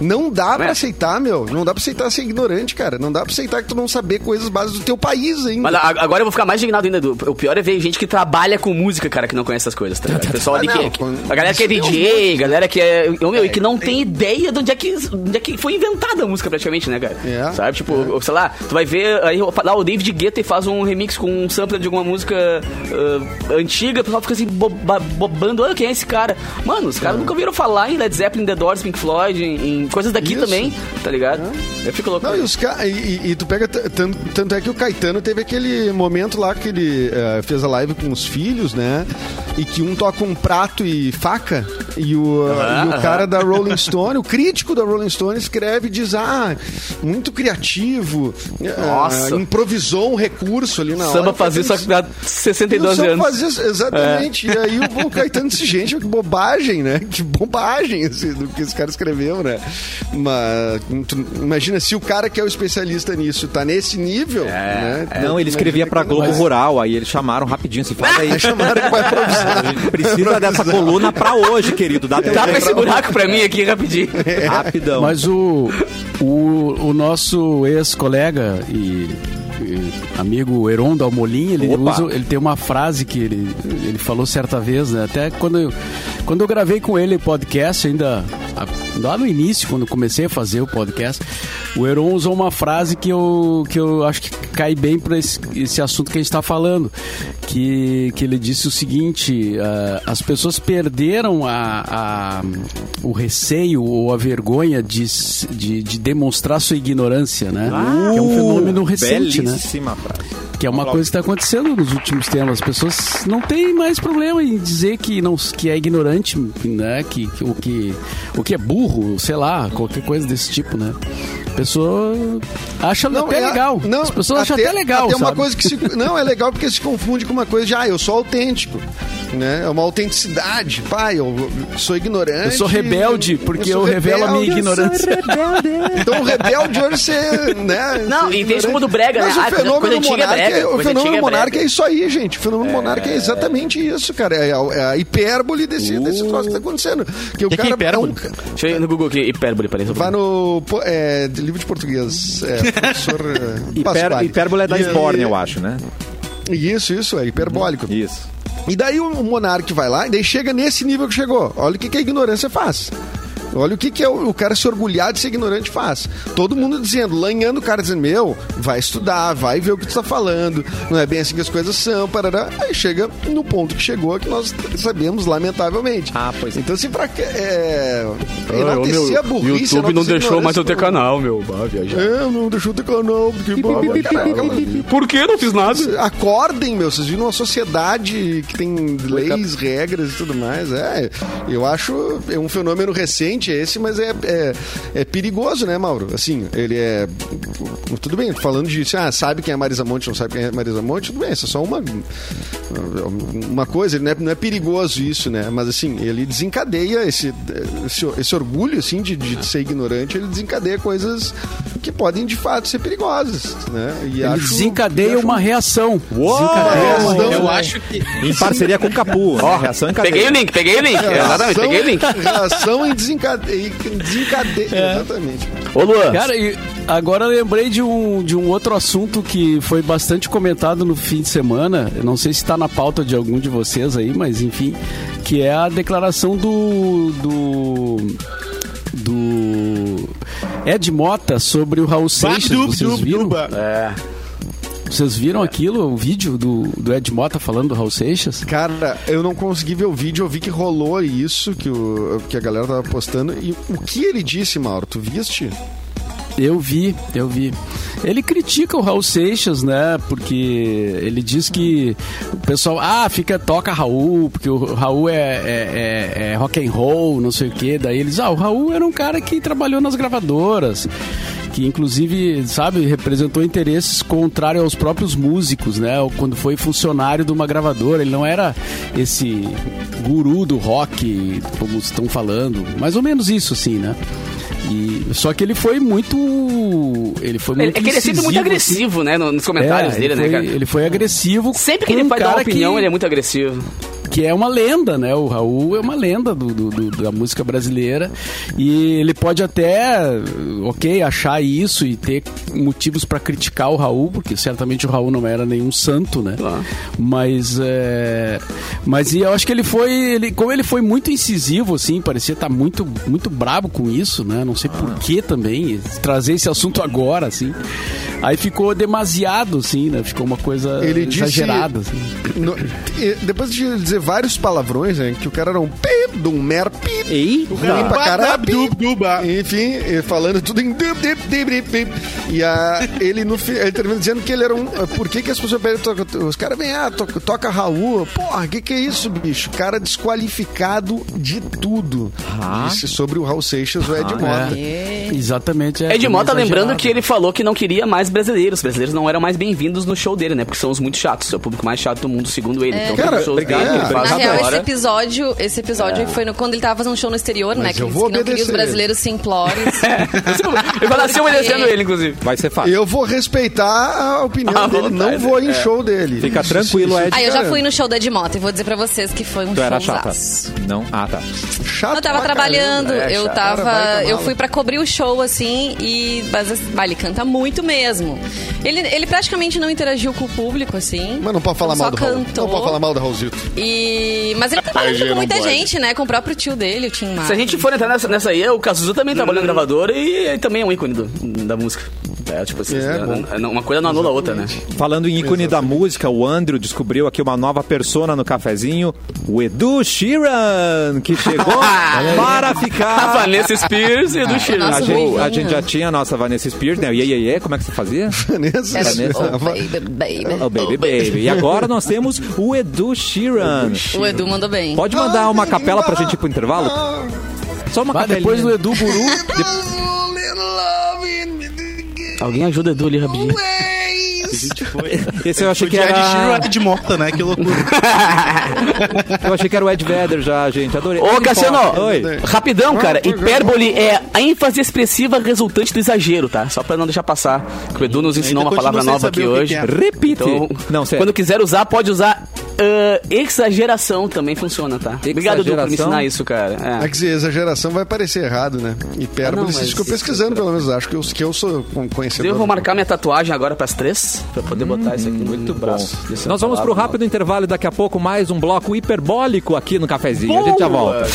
[SPEAKER 6] Não dá pra
[SPEAKER 2] É.
[SPEAKER 6] aceitar, meu. Não dá pra aceitar ser ignorante, cara. Não dá pra aceitar que tu não saber coisas básicas do teu país ainda.
[SPEAKER 2] Mas a- agora eu vou ficar mais indignado ainda. Edu. O pior é ver gente que trabalha com música, cara, que não conhece essas coisas. Tá
[SPEAKER 6] *laughs*
[SPEAKER 2] ligado? O pessoal ali
[SPEAKER 6] Ah,
[SPEAKER 2] que,
[SPEAKER 6] não,
[SPEAKER 2] que-
[SPEAKER 6] quando-
[SPEAKER 2] A galera que é
[SPEAKER 6] isso tem
[SPEAKER 2] DJ, galera que é. ô, meu, e que não tem ideia de onde é que, onde é que foi inventada a música, praticamente, né, cara?
[SPEAKER 6] É,
[SPEAKER 2] Sabe? Tipo, sei lá, tu vai ver aí lá o David Guetta e faz um remix com um sampler de alguma música ah, antiga, o pessoal fica assim boba- bobando. Olha quem é esse cara. Mano, os caras
[SPEAKER 6] É.
[SPEAKER 2] nunca ouviram falar em Led Zeppelin, The Doors, Pink Floyd, em, em coisas daqui
[SPEAKER 6] Isso. É.
[SPEAKER 2] também, tá ligado? Eu fico louco.
[SPEAKER 6] Não, e, os ca- e- e- e tu pega. t- tan- Tanto é que o Caetano teve aquele momento lá que ele eh, fez a live com os filhos, né? E que um toca um prato e faca. E o, eh,
[SPEAKER 2] Aham,
[SPEAKER 6] e o
[SPEAKER 2] aham.
[SPEAKER 6] cara da Rolling Stone, o crítico da Rolling Stone, escreve e diz: Ah, muito criativo. eh,
[SPEAKER 2] Nossa.
[SPEAKER 6] improvisou um recurso ali na
[SPEAKER 2] Samba
[SPEAKER 6] hora.
[SPEAKER 2] fazia só que
[SPEAKER 6] E
[SPEAKER 2] dá
[SPEAKER 6] o
[SPEAKER 2] 62
[SPEAKER 6] samba
[SPEAKER 2] anos.
[SPEAKER 6] fazia isso, exatamente. E aí o, o Caetano disse, gente, mas que bobagem, né? Que bobagem esse- do que esse cara escreveu, né? Mas tu- imagina se o cara que é o especialista nisso tá nesse nível, né?
[SPEAKER 1] Não, ele escrevia pra Globo Rural, aí eles chamaram rapidinho, se faz aí.
[SPEAKER 6] Chamaram que vai improvisar.
[SPEAKER 1] A gente precisa dessa coluna pra hoje, querido. Dá teu
[SPEAKER 2] Tapa
[SPEAKER 1] jeito.
[SPEAKER 2] esse *laughs* buraco pra mim aqui rapidinho.
[SPEAKER 1] Rapidão.
[SPEAKER 3] Mas uh, o, o, o nosso ex-colega e, e amigo Heron Dalmolin, ele,
[SPEAKER 1] Opa.
[SPEAKER 3] usa, ele tem uma frase que ele, ele falou certa vez, né? Até quando eu, quando eu gravei com ele o podcast, ainda a- lá no início, quando eu comecei a fazer o podcast, o Heron usou uma frase que eu, que eu acho que cai bem para esse, esse assunto que a gente está falando, que, que ele disse o seguinte, ah, as pessoas perderam a, a- o receio ou a vergonha de, s- de, de demonstrar sua ignorância, né? que é um fenômeno recente, né?
[SPEAKER 1] Uh, Belíssima frase.
[SPEAKER 3] Que é uma coisa que está acontecendo nos últimos tempos. As pessoas não têm mais problema em dizer que, não, que é ignorante, né? Que, que, o que o que é burro, sei lá, qualquer coisa desse tipo, né? A pessoa acha até
[SPEAKER 6] é-
[SPEAKER 3] legal. As pessoas acham até legal,
[SPEAKER 6] até uma
[SPEAKER 3] sabe?
[SPEAKER 6] coisa que se,
[SPEAKER 3] *laughs*
[SPEAKER 6] não é legal porque se confunde com uma coisa de ah, eu sou autêntico, né? É uma autenticidade, pai, eu sou ignorante.
[SPEAKER 3] Eu sou rebelde, porque eu,
[SPEAKER 6] sou
[SPEAKER 3] revelo a minha
[SPEAKER 6] rebelde.
[SPEAKER 3] ignorância.
[SPEAKER 6] Então, o rebelde hoje você, né?
[SPEAKER 2] Não,
[SPEAKER 6] você
[SPEAKER 2] e tem esse
[SPEAKER 6] ignorante.
[SPEAKER 2] como do Brega,
[SPEAKER 6] Mas
[SPEAKER 2] né? Ah,
[SPEAKER 6] o fenômeno
[SPEAKER 2] coisa antiga é
[SPEAKER 6] monarca,
[SPEAKER 2] brega,
[SPEAKER 6] o
[SPEAKER 2] coisa
[SPEAKER 6] fenômeno
[SPEAKER 2] antiga é
[SPEAKER 6] monarca
[SPEAKER 2] brega.
[SPEAKER 6] é isso aí, gente. O fenômeno monarca é exatamente isso, cara. É a, é a hipérbole desse, desse troço que tá acontecendo. Que o
[SPEAKER 5] Que que é
[SPEAKER 6] cara é um-
[SPEAKER 5] hipérbole?
[SPEAKER 2] Deixa eu ir no Google aqui, hipérbole, peraí. só um
[SPEAKER 6] Vá
[SPEAKER 2] pouquinho.
[SPEAKER 6] no po- é, de livro de português, é, professor eh,
[SPEAKER 1] Hiper,
[SPEAKER 6] Pasquale.
[SPEAKER 1] hipérbole é da
[SPEAKER 6] E-
[SPEAKER 1] Sborne, eu acho, Uhum. né?
[SPEAKER 6] Isso, isso, é hiperbólico.
[SPEAKER 1] Isso.
[SPEAKER 6] E daí o Monark vai lá e daí chega nesse nível que chegou. Olha o que, que a ignorância faz. Olha o que, que é o, o cara se orgulhar de ser ignorante faz. Todo mundo dizendo, lanhando o cara dizendo, meu, vai estudar, vai ver o que tu tá falando, não é bem assim que as coisas são, parará. Aí chega no ponto que chegou, que nós sabemos, lamentavelmente.
[SPEAKER 1] Ah, pois é.
[SPEAKER 6] Então, assim, pra que- é,
[SPEAKER 8] Ah, ô,
[SPEAKER 6] enaltecer
[SPEAKER 8] meu,
[SPEAKER 6] a
[SPEAKER 8] YouTube
[SPEAKER 6] burrice...
[SPEAKER 8] não
[SPEAKER 6] enaltecer a
[SPEAKER 8] deixou mais eu ter
[SPEAKER 6] ignorância,
[SPEAKER 8] canal, meu. Bah, viajando.
[SPEAKER 6] É, não deixou ter canal, porque... tá Baba, caraca, mano.
[SPEAKER 8] Por que não fiz nada?
[SPEAKER 6] Acordem, meu. Vocês viram uma sociedade que tem leis, regras e tudo mais. É, eu acho é um fenômeno recente esse, mas é, é, é perigoso, né, Mauro? Assim, ele é. Tudo bem, falando disso, ah, sabe quem é Marisa Monte, não sabe quem é Marisa Monte, tudo bem, isso é só uma, uma coisa, ele não é, não é perigoso isso, né? Mas assim, ele desencadeia esse, esse, esse orgulho, assim, de, de ser ignorante, ele desencadeia coisas que podem de fato ser perigosas, né? E
[SPEAKER 3] Ele
[SPEAKER 6] acho-
[SPEAKER 3] desencadeia um
[SPEAKER 6] acho- um
[SPEAKER 3] uma reação.
[SPEAKER 1] Uou!
[SPEAKER 3] Desencadeia uma
[SPEAKER 6] Reação.
[SPEAKER 3] reação.
[SPEAKER 5] Eu acho que.
[SPEAKER 1] Em parceria com o Capu. Ó, reação em cadeia.
[SPEAKER 2] Peguei o link, peguei o link.
[SPEAKER 5] é.
[SPEAKER 2] Exatamente, peguei o link.
[SPEAKER 3] é
[SPEAKER 6] Reação em desencadeia. desencadeia Exatamente.
[SPEAKER 2] Ô, Luan.
[SPEAKER 3] Cara, e agora eu lembrei de um, de um outro assunto que foi bastante comentado no fim de semana. Eu não sei se está na pauta de algum de vocês aí, mas enfim, que é a declaração do. do. do Ed Mota sobre o Raul Seixas.
[SPEAKER 5] Badub,
[SPEAKER 3] Vocês
[SPEAKER 5] dub,
[SPEAKER 3] viram?
[SPEAKER 5] duba.
[SPEAKER 2] É.
[SPEAKER 3] Vocês viram aquilo, o vídeo do, do Ed Mota falando do Raul Seixas?
[SPEAKER 6] Cara, eu não consegui ver o vídeo, eu vi que rolou isso, que, o, que a galera tava postando. E o que ele disse, Mauro? Tu viste?
[SPEAKER 3] Eu vi, eu vi. Ele critica o Raul Seixas, né? Porque ele diz que o pessoal, ah, fica, toca Raul, porque o Raul é, é, é- é rock and roll, não sei o quê. Daí eles, ah, o Raul era um cara que trabalhou nas gravadoras, que inclusive, sabe, representou interesses contrários aos próprios músicos, né? Quando foi funcionário de uma gravadora, ele não era esse guru do rock, como estão falando. Mais ou menos isso, assim, né? E- só que ele foi muito. Ele foi
[SPEAKER 2] Ele-
[SPEAKER 3] muito.
[SPEAKER 2] É que ele é sempre muito
[SPEAKER 3] incisivo,
[SPEAKER 2] agressivo, né? no- Nos
[SPEAKER 3] assim.
[SPEAKER 2] comentários
[SPEAKER 3] É,
[SPEAKER 2] dele,
[SPEAKER 3] ele
[SPEAKER 2] né,
[SPEAKER 3] foi,
[SPEAKER 2] cara?
[SPEAKER 3] Ele foi agressivo.
[SPEAKER 2] Sempre que
[SPEAKER 3] com
[SPEAKER 2] ele
[SPEAKER 3] um
[SPEAKER 2] vai dar
[SPEAKER 3] cara
[SPEAKER 2] opinião,
[SPEAKER 3] que,
[SPEAKER 2] ele é muito agressivo.
[SPEAKER 3] que é uma lenda, né? O Raul é uma lenda do, do- do- da música brasileira. E ele pode até, ok, achar isso e ter motivos pra criticar o Raul, porque certamente o Raul não era nenhum santo, né? Mas, é, mas e eu acho que ele foi, ele, como ele foi muito incisivo, assim, parecia estar muito, muito brabo com isso, né? Não sei
[SPEAKER 6] Ah.
[SPEAKER 3] por que também trazer esse assunto agora, assim. Aí ficou demasiado, assim, né? Ficou uma coisa
[SPEAKER 6] Ele disse-
[SPEAKER 3] exagerada. assim.
[SPEAKER 6] No- e depois de ele dizer vários palavrões, né? Que o cara era um pip, de um mer pip.
[SPEAKER 1] Ei,
[SPEAKER 6] ruim pra caralho.
[SPEAKER 5] Badub, duba.
[SPEAKER 6] Enfim, eh, falando tudo em. dip, dip, dip, dip, dip. E a, ele no fi- ele termina dizendo que ele era um. eh, Por que, que as pessoas pedem. toca- Os caras vêm, ah, toca, toca Raul. Porra, o que, que é isso, bicho? Cara desqualificado de tudo. Disse sobre o Raul Seixas, o Ed Mota.
[SPEAKER 3] É. Exatamente. É,
[SPEAKER 2] Ed Mota,
[SPEAKER 3] exagerado.
[SPEAKER 2] lembrando que ele falou que não queria mais brasileiros. Os brasileiros não eram mais bem-vindos no show dele, né? Porque são os muito chatos. É o público mais chato do mundo, segundo ele. Então,
[SPEAKER 6] Cara,
[SPEAKER 2] todos os shows
[SPEAKER 6] obrigado,
[SPEAKER 2] dele que ele
[SPEAKER 6] obrigado.
[SPEAKER 2] faz
[SPEAKER 4] É. Na real, esse
[SPEAKER 2] agora. É.
[SPEAKER 4] episódio, esse episódio foi no- quando ele tava fazendo um show no exterior, né? Que
[SPEAKER 6] eu
[SPEAKER 4] ele
[SPEAKER 6] vou
[SPEAKER 4] disse que não queria os
[SPEAKER 6] obedecer.
[SPEAKER 2] *laughs*
[SPEAKER 4] brasileiros simplórios.
[SPEAKER 2] É, Eu nasci obedecendo ele, inclusive.
[SPEAKER 1] vai ser fácil.
[SPEAKER 6] Eu vou respeitar a opinião
[SPEAKER 2] A
[SPEAKER 6] dele, não
[SPEAKER 2] vontade,
[SPEAKER 6] vou em show dele.
[SPEAKER 1] Fica tranquilo, Ed.
[SPEAKER 4] Aí eu já
[SPEAKER 6] Cara,
[SPEAKER 4] fui no show do Edmota e vou dizer pra vocês que foi um
[SPEAKER 1] Tu era chata.
[SPEAKER 4] showzaço.
[SPEAKER 1] Não? Ah, tá.
[SPEAKER 6] Chato
[SPEAKER 4] Eu tava
[SPEAKER 6] pra caramba. É
[SPEAKER 4] trabalhando, eu
[SPEAKER 6] chato.
[SPEAKER 4] tava.
[SPEAKER 6] Cara, vai tomar
[SPEAKER 4] eu
[SPEAKER 6] lá.
[SPEAKER 4] fui pra cobrir o show, assim, e. Mas assim, bah, ele canta muito mesmo. Ele, ele praticamente não interagiu com o público, assim.
[SPEAKER 6] Mas não pode falar
[SPEAKER 4] só
[SPEAKER 6] mal do Raul.
[SPEAKER 4] cantou.
[SPEAKER 6] Não pode falar mal do Raulzito. *laughs*
[SPEAKER 4] E... Mas ele trabalha com
[SPEAKER 5] não
[SPEAKER 4] muita
[SPEAKER 5] pode.
[SPEAKER 4] gente, né? Com o próprio tio dele, o Tim Maia.
[SPEAKER 2] Se a gente for entrar nessa, nessa aí, o Cazuza também
[SPEAKER 3] Hum.
[SPEAKER 2] trabalhou em gravadora e, e também é um ícone do- da música. É, tipo assim,
[SPEAKER 6] É,
[SPEAKER 2] né,
[SPEAKER 6] bom.
[SPEAKER 2] não- não- uma coisa não anula a outra, né?
[SPEAKER 1] Falando em ícone da música, o Andrew descobriu aqui uma nova persona no cafezinho, o Edu Sheeran, que chegou para
[SPEAKER 2] A
[SPEAKER 1] ficar.
[SPEAKER 2] Vanessa Spears e
[SPEAKER 3] É.
[SPEAKER 2] do Chile.
[SPEAKER 1] A
[SPEAKER 4] Nossa,
[SPEAKER 1] gente, a
[SPEAKER 4] ruivinha.
[SPEAKER 1] gente já tinha a nossa Vanessa Spears, né? E aí, aí, aí, como é que você fazia?
[SPEAKER 6] Vanessa.
[SPEAKER 4] Era-
[SPEAKER 1] Vanessa.
[SPEAKER 4] Oh,
[SPEAKER 6] *laughs*
[SPEAKER 4] baby, baby.
[SPEAKER 1] Oh, baby, baby. E agora nós temos o Edu Sheeran.
[SPEAKER 4] O Edu mandou bem.
[SPEAKER 1] Pode mandar uma capela pra gente ir pro intervalo?
[SPEAKER 6] Ah,
[SPEAKER 1] Só uma
[SPEAKER 3] Bah,
[SPEAKER 1] capela.
[SPEAKER 3] depois do Edu Buru.
[SPEAKER 2] Alguém ajuda Edu ali, rapidinho.
[SPEAKER 1] Esse eu achei
[SPEAKER 5] O
[SPEAKER 1] que
[SPEAKER 5] Jared Sheeran
[SPEAKER 1] era.
[SPEAKER 5] é de morta, né? Que loucura.
[SPEAKER 2] *laughs*
[SPEAKER 1] Eu achei que era o Ed Vedder já, gente. Adorei.
[SPEAKER 2] Ô, Cassiano,
[SPEAKER 1] Oi.
[SPEAKER 2] rapidão, cara.
[SPEAKER 6] Vamos,
[SPEAKER 2] Hipérbole é a ênfase expressiva resultante do exagero, tá? Só pra não deixar passar. Que o Edu nos ensinou
[SPEAKER 5] Ainda
[SPEAKER 2] uma palavra
[SPEAKER 5] continuo sem
[SPEAKER 2] nova
[SPEAKER 5] saber
[SPEAKER 2] aqui
[SPEAKER 5] o que
[SPEAKER 2] hoje.
[SPEAKER 5] que é.
[SPEAKER 1] Repite.
[SPEAKER 2] Então,
[SPEAKER 1] Não, sério.
[SPEAKER 2] quando quiser usar, pode usar ah, exageração também funciona, tá? Obrigado, Edu, por me
[SPEAKER 1] Exageração?
[SPEAKER 2] ensinar isso, cara. É.
[SPEAKER 6] É que dizer, exageraram vai parecer errado, né? Hipérbole,
[SPEAKER 2] Ah, não,
[SPEAKER 6] vocês
[SPEAKER 2] mas
[SPEAKER 6] ficam
[SPEAKER 2] isso-
[SPEAKER 6] pesquisando, pelo menos. Acho que eu, que eu sou um conhecedor.
[SPEAKER 2] Então Eu vou marcar minha tatuagem agora pras três, pra poder botar isso aqui muito no braço. dessa
[SPEAKER 1] Nós vamos pro
[SPEAKER 2] palavra.
[SPEAKER 1] rápido intervalo e daqui a pouco mais um bloco hiperbólico aqui no cafezinho. A gente já volta.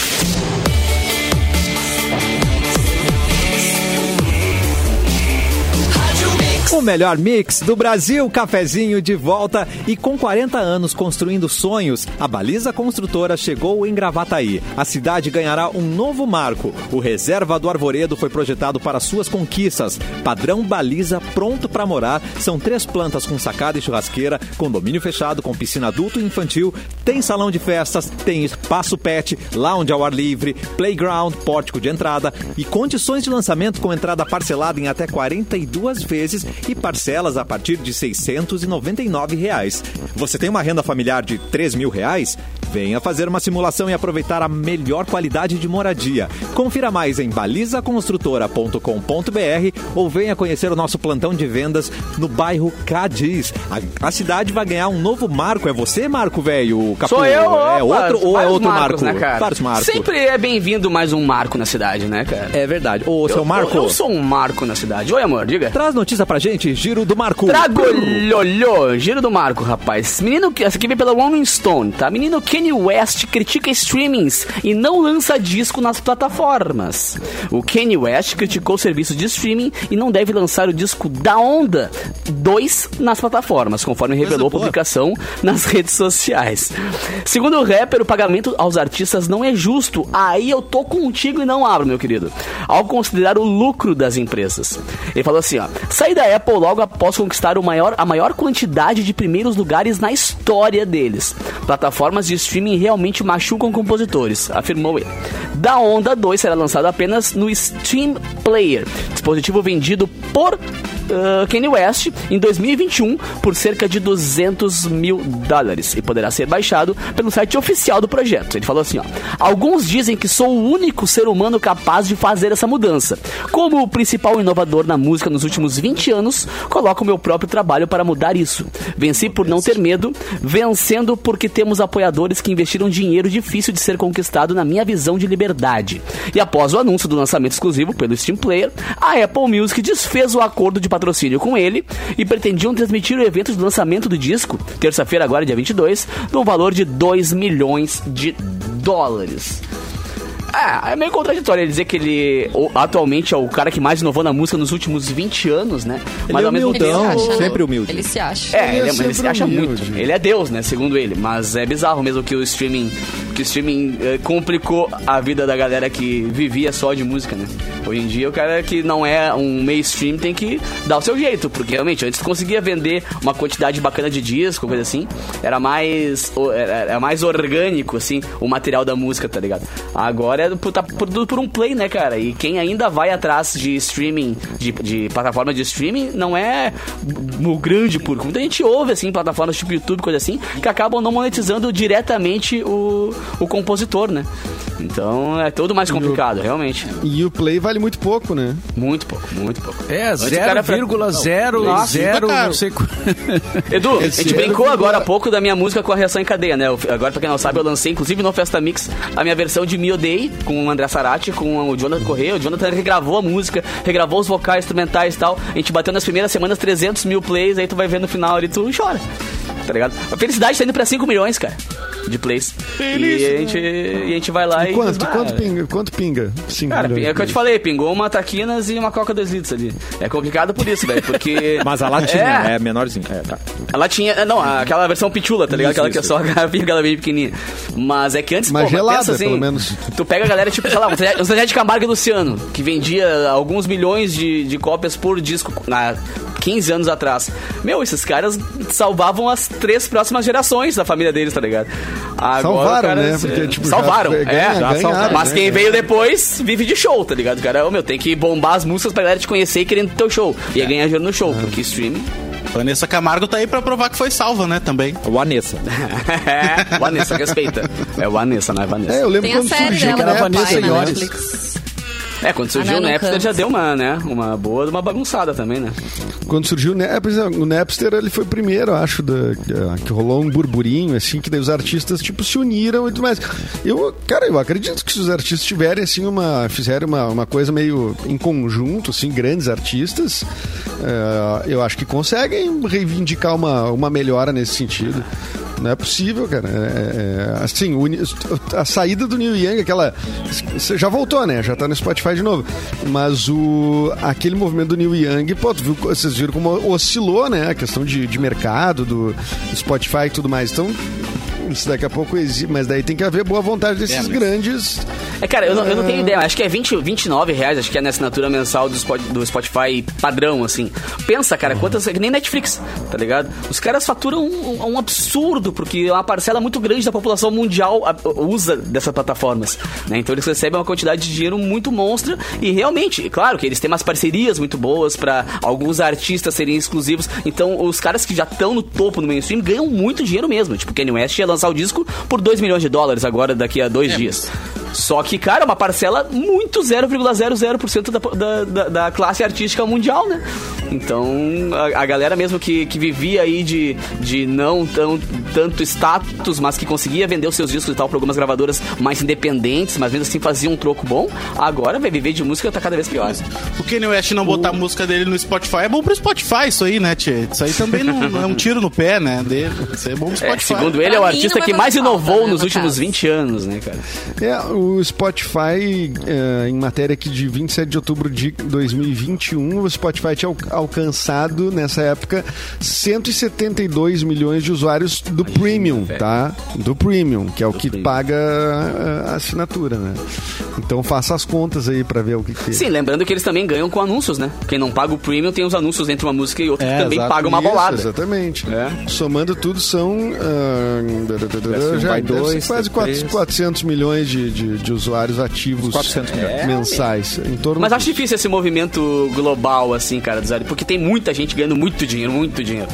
[SPEAKER 1] O melhor mix do Brasil, cafezinho de volta e com 40 anos construindo sonhos, a Baliza Construtora chegou em Gravataí. A cidade ganhará um novo marco. O Reserva do Arvoredo foi projetado para suas conquistas. Padrão Baliza pronto para morar. São três plantas com sacada e churrasqueira, condomínio fechado com piscina adulto e infantil, tem salão de festas, tem espaço pet, lounge ao ar livre, playground, pórtico de entrada e condições de lançamento com entrada parcelada em até 42 vezes e parcelas a partir de R$ 699 reais. Você tem uma renda familiar de R$ 3 mil reais? Venha fazer uma simulação e aproveitar a melhor qualidade de moradia. Confira mais em balizaconstrutora.com.br ou venha conhecer o nosso plantão de vendas no bairro Cadiz. A, a cidade vai ganhar um novo marco. É você, Marco, velho? Capu?
[SPEAKER 2] Sou eu,
[SPEAKER 1] É
[SPEAKER 2] opa,
[SPEAKER 1] outro ou é
[SPEAKER 2] vários
[SPEAKER 1] outro
[SPEAKER 2] marcos,
[SPEAKER 1] Marco?
[SPEAKER 2] Né, cara?
[SPEAKER 1] Vários Marcos.
[SPEAKER 2] Sempre é bem-vindo mais um Marco na cidade, né, cara?
[SPEAKER 1] É verdade. Ô,
[SPEAKER 2] Eu-
[SPEAKER 1] seu Marco,
[SPEAKER 2] Eu, eu sou um Marco na cidade. Oi, amor, diga.
[SPEAKER 1] traz notícia pra gente, giro do Marco.
[SPEAKER 2] Tragolholho, giro do Marco, rapaz. Menino, que- essa aqui vem pela Rolling Stone, tá? Menino Kanye West critica streamings e não lança disco nas plataformas. O Kanye West criticou o serviço de streaming e não deve lançar o disco Da Onda 2 nas plataformas, conforme revelou a publicação nas *laughs* redes sociais. Segundo o rapper, o pagamento aos artistas não é justo. Aí eu tô contigo e não abro, meu querido. Ao considerar o lucro das empresas. Ele falou assim, ó. Saí da Apple logo após conquistar o maior, a maior quantidade de primeiros lugares na história deles. Plataformas de streaming realmente machucam compositores, afirmou ele. Da Onda 2 será lançado apenas no Steam Player, dispositivo vendido por uh, Kanye West em 2021 por cerca de 200 mil dólares e poderá ser baixado pelo site oficial do projeto. Ele falou assim, ó, alguns dizem que sou o único ser humano capaz de fazer essa mudança. Como o principal inovador na música nos últimos 20 anos, coloco meu próprio trabalho para mudar isso. Venci por não ter medo, vencendo porque temos apoiadores que investiram dinheiro difícil de ser conquistado na minha visão de liberdade. E após o anúncio do lançamento exclusivo pelo Steam Player, a Apple Music desfez o acordo de patrocínio com ele e pretendiam transmitir o evento de lançamento do disco, terça-feira agora, dia 22, no valor de 2 milhões de dólares. Ah, é meio contraditório ele dizer que ele o- atualmente é o cara que mais inovou na música nos últimos 20 anos, né? Mas
[SPEAKER 1] é
[SPEAKER 2] ao mesmo
[SPEAKER 1] humildão,
[SPEAKER 2] tempo.
[SPEAKER 1] Então, sempre humilde.
[SPEAKER 4] Ele se acha.
[SPEAKER 2] É, ele,
[SPEAKER 6] Ele é
[SPEAKER 2] é- ele se
[SPEAKER 6] sempre
[SPEAKER 2] acha
[SPEAKER 6] humilde.
[SPEAKER 2] muito. Ele é Deus, né? Segundo ele. Mas é bizarro mesmo que o streaming. Que o streaming eh, complicou a vida da galera que vivia só de música, né? Hoje em dia o cara que não é um mainstream tem que dar o seu jeito, porque realmente antes conseguia vender uma quantidade bacana de disco, coisa assim. Era mais. o- Era, era mais orgânico, assim, o material da música, tá ligado? Agora é por, tá por, tudo por um play, né, cara? E quem ainda vai atrás de streaming, de, de plataforma de streaming, não é o grande público. Muita gente ouve, assim, plataformas tipo YouTube, coisa assim, que acabam não monetizando diretamente o, o compositor, né? Então é tudo mais complicado, realmente.
[SPEAKER 6] E o play vale muito pouco, né?
[SPEAKER 2] Muito pouco, muito pouco.
[SPEAKER 3] É,
[SPEAKER 2] Antes o cara pra-
[SPEAKER 3] 0,00,
[SPEAKER 5] tá
[SPEAKER 3] não
[SPEAKER 5] caro.
[SPEAKER 3] sei qu-
[SPEAKER 2] Edu, a gente
[SPEAKER 6] ano
[SPEAKER 2] brincou
[SPEAKER 6] virou-
[SPEAKER 2] agora há pouco da minha música com a reação em cadeia, né? Eu- Agora, pra quem não sabe, eu lancei, inclusive, no Festa Mix, a minha versão de Me Odeie, com o André Sarati, com o Jonathan Correia. O Jonathan regravou a música, regravou os vocais, instrumentais e tal. A gente bateu nas primeiras semanas 300 mil plays, aí tu vai ver no final ali, tu chora. Tá ligado? A felicidade tá indo pra 5 milhões, cara, de plays. E a gente, e a gente vai lá e...
[SPEAKER 6] Quanto?
[SPEAKER 2] Ah,
[SPEAKER 6] Quanto pinga? Quanto pinga? Cinco
[SPEAKER 2] Cara,
[SPEAKER 6] milhões
[SPEAKER 2] é o que eu
[SPEAKER 6] de
[SPEAKER 2] te falei, pingou uma taquinas e uma coca 2 litros ali. É complicado por isso, velho, porque...
[SPEAKER 1] *laughs* Mas a latinha é, menorzinha. É, tá.
[SPEAKER 2] Ela tinha. eh, Não, aquela versão pitula, tá ligado? aquela que é só a garrafinha, aquela bem pequenininha. Mas é que antes.
[SPEAKER 6] Mas
[SPEAKER 2] pô,
[SPEAKER 6] gelada,
[SPEAKER 2] pensa assim,
[SPEAKER 6] pelo menos.
[SPEAKER 2] Tu pega a galera, tipo, sei lá, o Zé- o Zé de Camargo e Luciano, que vendia alguns milhões de, de cópias por disco há 15 anos atrás. Meu, esses caras salvavam as três próximas gerações da família deles, tá ligado? Agora,
[SPEAKER 6] Salvaram,
[SPEAKER 2] cara,
[SPEAKER 6] né?
[SPEAKER 2] se-
[SPEAKER 6] Porque, tipo, já
[SPEAKER 2] salvaram,
[SPEAKER 6] ganha-
[SPEAKER 2] é.
[SPEAKER 6] já salvaram,
[SPEAKER 2] mas
[SPEAKER 6] né?
[SPEAKER 2] quem veio depois vive de show, tá ligado? Cara, Ô, meu, tem que bombar as músicas pra galera te conhecer e querendo teu show. E
[SPEAKER 6] É.
[SPEAKER 2] aí ganhar dinheiro no show, porque streaming
[SPEAKER 5] Vanessa Camargo tá aí pra provar que foi salva, né, também.
[SPEAKER 1] O Anessa.
[SPEAKER 2] É, Vanessa, respeita. É Vanessa, não é Vanessa.
[SPEAKER 6] É, eu lembro
[SPEAKER 4] Tem a
[SPEAKER 6] quando
[SPEAKER 4] série né,
[SPEAKER 6] surgiu
[SPEAKER 4] dela
[SPEAKER 6] aquela
[SPEAKER 4] do
[SPEAKER 3] Vanessa
[SPEAKER 4] pai na
[SPEAKER 3] Iores.
[SPEAKER 4] Netflix.
[SPEAKER 2] É, quando surgiu
[SPEAKER 4] Ah,
[SPEAKER 2] o
[SPEAKER 4] não, não
[SPEAKER 2] Napster
[SPEAKER 4] canto.
[SPEAKER 2] já deu uma, né? Uma boa, uma bagunçada também, né?
[SPEAKER 6] Quando surgiu o Napster, o Napster ele foi o primeiro, eu acho, da- que- que rolou um burburinho, assim, que daí os artistas, tipo, se uniram e tudo mais. Eu, cara, eu acredito que se os artistas tiverem, assim, uma... Fizeram uma, uma coisa meio em conjunto, assim, grandes artistas, eh, eu acho que conseguem reivindicar uma, uma melhora nesse sentido. Não é possível, cara. É- é- é- assim, o Ni- a saída do Neil Young, aquela. Você já voltou, né? Já tá no Spotify de novo. Mas o aquele movimento do Neil Young, pô, tu viu, vocês viram como oscilou, né? A questão de, de mercado, do Spotify e tudo mais. Então, isso daqui a pouco existe. Mas daí tem que haver boa vontade desses grandes. Ah.
[SPEAKER 2] É, cara, eu não, eu não tenho ideia. Acho que é 20, 29 reais, acho que é na assinatura mensal do, Spot- do Spotify padrão, assim. Pensa, cara, quantas. que Nem Netflix, tá ligado? Os caras faturam um, um- um absurdo, porque é uma parcela muito grande da população mundial a- usa dessas plataformas. né? Então eles recebem uma quantidade de dinheiro muito monstra e realmente, claro que eles têm umas parcerias muito boas pra alguns artistas serem exclusivos. Então os caras que já estão no topo no mainstream ganham muito dinheiro mesmo. Tipo, Kanye West ia lançar o disco por 2 milhões de dólares agora, daqui a dois dias. Só que, cara, é uma parcela muito 0,00% da, da, da, da classe artística mundial, né? Então, a, a galera mesmo que, que vivia aí de, de não tão, tanto status, mas que conseguia vender os seus discos e tal pra algumas gravadoras mais independentes, mas mesmo assim fazia um troco bom, agora vai viver de música tá cada vez pior.
[SPEAKER 5] O Kanye West não botar a música dele no Spotify é bom pro Spotify, isso aí, né, Tchê? Isso aí também não, não é um tiro no pé, né? Dele. Isso aí é bom pro
[SPEAKER 2] É,
[SPEAKER 5] Spotify.
[SPEAKER 2] segundo
[SPEAKER 4] Pra
[SPEAKER 2] ele, é o
[SPEAKER 4] mim,
[SPEAKER 2] artista
[SPEAKER 4] não vai
[SPEAKER 2] que
[SPEAKER 4] fazer
[SPEAKER 2] mais
[SPEAKER 4] falta,
[SPEAKER 2] inovou
[SPEAKER 4] né,
[SPEAKER 2] nos
[SPEAKER 4] no
[SPEAKER 2] últimos
[SPEAKER 4] caso.
[SPEAKER 2] 20 anos, né, cara?
[SPEAKER 6] É, o Spotify, eh, em matéria aqui de 27 de outubro de 2021, o Spotify tinha al- alcançado, nessa época, 172 milhões de usuários do Premium,
[SPEAKER 2] velho.
[SPEAKER 6] tá? Do Premium, que é o que
[SPEAKER 2] Premium.
[SPEAKER 6] paga eh, a assinatura, né? Então faça as contas aí pra ver o que, que
[SPEAKER 2] Sim, lembrando que eles também ganham com anúncios, né? Quem não paga o premium tem os anúncios entre uma música e outra
[SPEAKER 6] É,
[SPEAKER 2] que também
[SPEAKER 6] exato,
[SPEAKER 2] paga uma
[SPEAKER 6] isso,
[SPEAKER 2] bolada.
[SPEAKER 6] Exatamente.
[SPEAKER 2] É.
[SPEAKER 6] Somando tudo são ah, já
[SPEAKER 7] vai
[SPEAKER 6] deve ser
[SPEAKER 7] dois,
[SPEAKER 6] quase
[SPEAKER 7] três.
[SPEAKER 6] 400, 400 milhões de, de, de usuários ativos
[SPEAKER 1] 400 milhões.
[SPEAKER 6] mensais. Em torno
[SPEAKER 2] Mas acho
[SPEAKER 6] disso.
[SPEAKER 2] difícil esse movimento global, assim, cara, dos ali, porque tem muita gente ganhando muito dinheiro, muito dinheiro.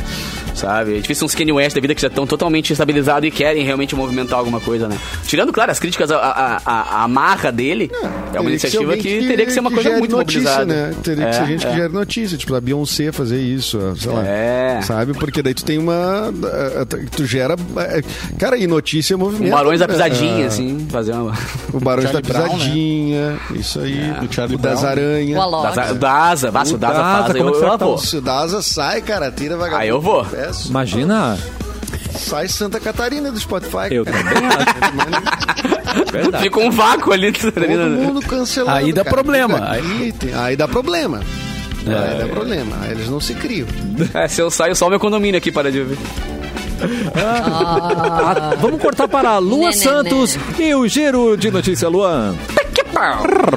[SPEAKER 2] Sabe? É difícil uns Kanye West da vida que já estão totalmente estabilizados e querem realmente movimentar alguma coisa, né? Tirando, claro, as críticas à, à, à- à marca dele, é, uma
[SPEAKER 6] Teria que ser
[SPEAKER 2] iniciativa
[SPEAKER 6] alguém
[SPEAKER 2] que, teria que ser uma coisa
[SPEAKER 6] gere
[SPEAKER 2] muito
[SPEAKER 6] notícia,
[SPEAKER 2] mobilizada.
[SPEAKER 6] Né? Teria que
[SPEAKER 2] É,
[SPEAKER 6] ser gente
[SPEAKER 2] é.
[SPEAKER 6] que gera notícia, tipo a Beyoncé fazer isso, sei lá.
[SPEAKER 2] É.
[SPEAKER 6] Sabe? Porque daí tu tem uma. eh, Tu gera. eh, Cara, e notícia é
[SPEAKER 2] Um
[SPEAKER 6] movimento.
[SPEAKER 2] Barões da
[SPEAKER 6] né?
[SPEAKER 2] Pisadinha,
[SPEAKER 6] Ah,
[SPEAKER 2] assim, fazer uma.
[SPEAKER 6] O Barões da
[SPEAKER 5] Charlie Brown, né?
[SPEAKER 6] Pisadinha, isso aí.
[SPEAKER 5] Do Charlie
[SPEAKER 6] o das
[SPEAKER 5] Brown.
[SPEAKER 6] Aranhas.
[SPEAKER 4] O Alok.
[SPEAKER 2] Da, da Asa, vai, se o da Asa
[SPEAKER 1] Daza,
[SPEAKER 2] faz, eu,
[SPEAKER 1] como é que
[SPEAKER 2] eu
[SPEAKER 1] será que tá
[SPEAKER 2] vou.
[SPEAKER 1] o
[SPEAKER 6] Se o Daza sai, cara, tira vagabundo.
[SPEAKER 2] Aí eu vou.
[SPEAKER 6] Peço.
[SPEAKER 1] Imagina.
[SPEAKER 6] Sai Santa Catarina do Spotify.
[SPEAKER 1] Eu
[SPEAKER 6] cara.
[SPEAKER 1] também Verdade.
[SPEAKER 2] Fica um vácuo ali. *laughs*
[SPEAKER 6] Todo mundo cancelando.
[SPEAKER 3] Aí dá
[SPEAKER 6] cara.
[SPEAKER 3] problema.
[SPEAKER 6] Fica aqui, tem- aí dá problema. Aí dá problema. Aí eles não se criam.
[SPEAKER 2] É, se eu saio, só o meu condomínio aqui, para de ouvir.
[SPEAKER 1] Ah, vamos cortar para a Lua
[SPEAKER 4] Né, né,
[SPEAKER 1] Santos e o giro de notícia, Luan.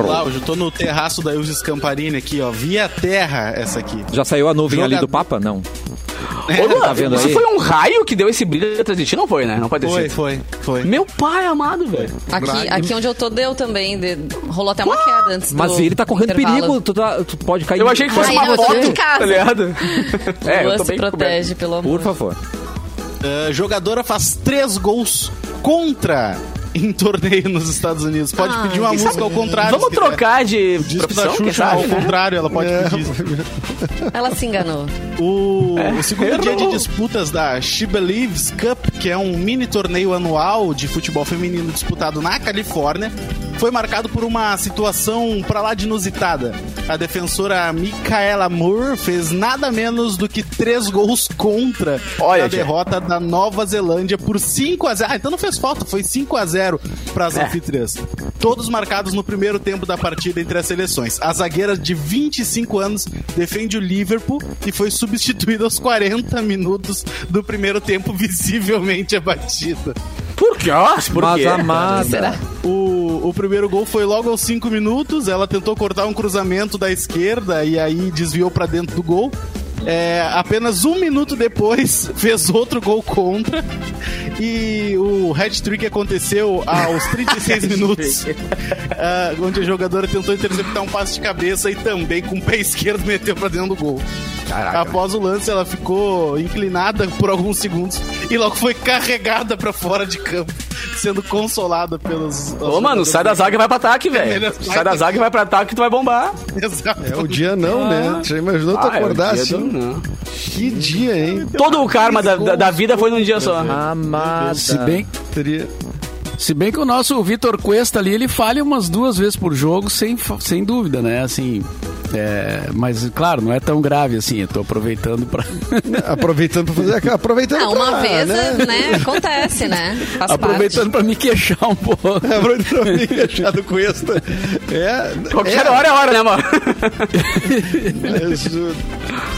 [SPEAKER 5] Lá, hoje eu tô no terraço da Ilse Scamparini aqui, ó. Via terra, essa aqui.
[SPEAKER 1] Já saiu a nuvem ali
[SPEAKER 5] Jogador.
[SPEAKER 1] do Papa? Não.
[SPEAKER 2] Ô, Luan,
[SPEAKER 1] tá vendo
[SPEAKER 2] isso
[SPEAKER 1] aí?
[SPEAKER 2] foi um raio que deu esse brilho atrás de ti? Não foi, né? Não pode ter
[SPEAKER 5] *laughs* Foi,
[SPEAKER 2] sido.
[SPEAKER 5] foi, foi.
[SPEAKER 2] Meu pai amado, velho.
[SPEAKER 4] Aqui, aqui onde eu tô deu também. de- rolou até uma queda antes do
[SPEAKER 1] Mas ele tá correndo
[SPEAKER 4] intervalo.
[SPEAKER 1] perigo. Tu, tá- tu pode cair.
[SPEAKER 2] Eu achei que fosse
[SPEAKER 4] Ai,
[SPEAKER 2] uma
[SPEAKER 4] não, eu tô
[SPEAKER 2] foto,
[SPEAKER 4] dentro de casa.
[SPEAKER 2] tá
[SPEAKER 4] *laughs*
[SPEAKER 2] ligado? é, eu
[SPEAKER 4] Luan
[SPEAKER 2] tô
[SPEAKER 4] se
[SPEAKER 2] bem
[SPEAKER 4] protege, pelo amor.
[SPEAKER 1] Por favor.
[SPEAKER 5] Ah, jogadora faz três gols contra em torneio nos Estados Unidos. Pode pedir uma música ao
[SPEAKER 2] coberto.
[SPEAKER 5] contrário.
[SPEAKER 2] Vamos
[SPEAKER 5] se quiser.
[SPEAKER 2] trocar de
[SPEAKER 5] tá- Diz que da
[SPEAKER 2] profissão, quem
[SPEAKER 5] Xuxa
[SPEAKER 2] sabe? né?
[SPEAKER 5] ao contrário, ela pode pedir.
[SPEAKER 4] Ela se enganou.
[SPEAKER 5] O,
[SPEAKER 2] É.
[SPEAKER 5] o segundo dia de
[SPEAKER 2] Errou.
[SPEAKER 5] disputas da She Believes Cup, que é um mini torneio anual de futebol feminino disputado na Califórnia, foi marcado por uma situação pra lá de inusitada. A defensora Micaela Moore fez nada menos do que três gols contra
[SPEAKER 2] Olha,
[SPEAKER 5] a
[SPEAKER 2] gente.
[SPEAKER 5] derrota da Nova Zelândia por 5 a 0 Ah, então não fez falta, foi 5 a 0 para as anfitriãs. Todos marcados no primeiro tempo da partida entre as seleções. A zagueira de 25 anos defende o Liverpool e foi substituída aos 40 minutos do primeiro tempo, *laughs* visivelmente abatida.
[SPEAKER 2] Por quê? Nossa, Por
[SPEAKER 1] Mas
[SPEAKER 2] quê?
[SPEAKER 1] amada.
[SPEAKER 5] O, o primeiro gol foi logo aos 5 minutos. Ela tentou cortar um cruzamento da esquerda e aí desviou pra dentro do gol. É, apenas um minuto depois *laughs* fez outro gol contra. E o hat-trick aconteceu aos 36 minutos, ah, onde a jogadora tentou interceptar um passe de cabeça e também com o pé esquerdo meteu pra dentro do gol. Após o lance, ela ficou inclinada por alguns segundos e logo foi carregada pra fora de campo sendo consolada pelos.
[SPEAKER 2] Ô, mano, sai da zaga e vai pra ataque, velho. Sai da zaga e vai pra ataque, tu vai bombar.
[SPEAKER 5] Exato.
[SPEAKER 6] É o dia não, né? Já imaginou tu
[SPEAKER 2] Ah, é o
[SPEAKER 6] acordar
[SPEAKER 2] dia
[SPEAKER 6] assim?
[SPEAKER 2] do não.
[SPEAKER 6] Que dia, hein?
[SPEAKER 2] Todo o karma da, da, da vida foi num dia só.
[SPEAKER 6] tá.
[SPEAKER 3] Se bem,
[SPEAKER 6] Teria...
[SPEAKER 3] se bem que o nosso Vitor Cuesta ali, ele falha umas duas vezes por jogo, sem, fa- sem dúvida, né? Assim. é, mas, claro, não é tão grave assim. Eu tô aproveitando pra.
[SPEAKER 6] Aproveitando pra fazer aquela. Aproveitando
[SPEAKER 4] Ah, uma
[SPEAKER 6] pra,
[SPEAKER 4] vez, né? Acontece, né? Faz
[SPEAKER 3] aproveitando pra me queixar um pouco.
[SPEAKER 4] é-
[SPEAKER 6] *laughs* Aproveitando pra mim achar do Cuesta. É.
[SPEAKER 2] Qualquer
[SPEAKER 6] é,
[SPEAKER 2] hora né? é hora, né, mano?
[SPEAKER 6] mas, uh,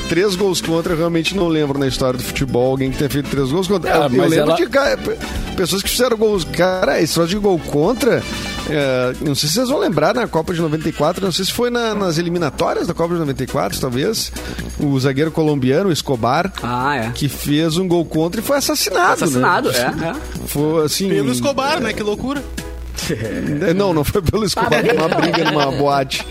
[SPEAKER 6] Três gols contra, eu realmente não lembro na história do futebol alguém que tenha feito três gols contra.
[SPEAKER 3] Ah,
[SPEAKER 6] eu
[SPEAKER 3] mas
[SPEAKER 6] lembro
[SPEAKER 3] ela-
[SPEAKER 6] de ca- pe- pessoas que fizeram gols. Cara, esse troço de gol contra, é, não sei se vocês vão lembrar, na Copa de 94, não sei se foi na- nas eliminatórias da Copa de 94, talvez, o zagueiro colombiano, Escobar,
[SPEAKER 2] Ah, é.
[SPEAKER 6] que fez um gol contra e foi assassinado.
[SPEAKER 2] Assassinado,
[SPEAKER 6] né?
[SPEAKER 2] é. é.
[SPEAKER 6] Foi assim.
[SPEAKER 5] Pelo Escobar, né? Que loucura.
[SPEAKER 6] É, Não, não foi pelo Escobar, foi uma briga numa boate.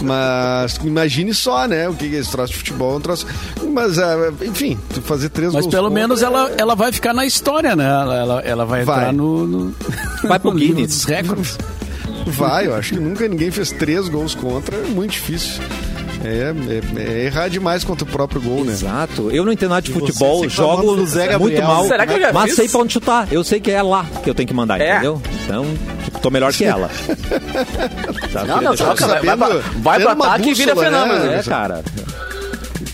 [SPEAKER 6] Mas imagine só, né? O que que é esse troço de futebol é um troço. Mas, ah, enfim, tu fazer três
[SPEAKER 3] Mas
[SPEAKER 6] gols
[SPEAKER 3] pelo
[SPEAKER 6] contra
[SPEAKER 3] menos
[SPEAKER 6] é-
[SPEAKER 3] ela, ela vai ficar na história, né? Ela, ela, ela vai,
[SPEAKER 6] Vai.
[SPEAKER 3] entrar no, no.
[SPEAKER 1] Vai pro
[SPEAKER 3] *laughs* no livro
[SPEAKER 1] Guinness.
[SPEAKER 3] dos recordes.
[SPEAKER 6] Vai, eu acho que nunca ninguém fez três gols contra, é muito difícil. É, é- é errar demais contra o próprio gol, né?
[SPEAKER 1] Exato. Eu não entendo nada de futebol,
[SPEAKER 5] se
[SPEAKER 1] jogo
[SPEAKER 5] reclamando do Zé
[SPEAKER 1] muito
[SPEAKER 5] Gabriel,
[SPEAKER 1] mal.
[SPEAKER 2] Será que eu já
[SPEAKER 1] mas
[SPEAKER 2] fiz?
[SPEAKER 1] sei pra onde chutar. Eu sei que é lá que eu tenho que mandar,
[SPEAKER 2] É.
[SPEAKER 1] entendeu? Então, tipo, tô melhor que
[SPEAKER 2] *laughs*
[SPEAKER 1] ela. Tá,
[SPEAKER 2] Ah, Não,
[SPEAKER 1] queria
[SPEAKER 2] não,
[SPEAKER 1] deixar
[SPEAKER 2] troca,
[SPEAKER 1] claro.
[SPEAKER 2] vai, vai, pra- vai
[SPEAKER 6] tendo
[SPEAKER 2] pro
[SPEAKER 6] uma
[SPEAKER 2] ataque e vira
[SPEAKER 6] bússola, né?
[SPEAKER 2] fenômeno.
[SPEAKER 1] É, cara.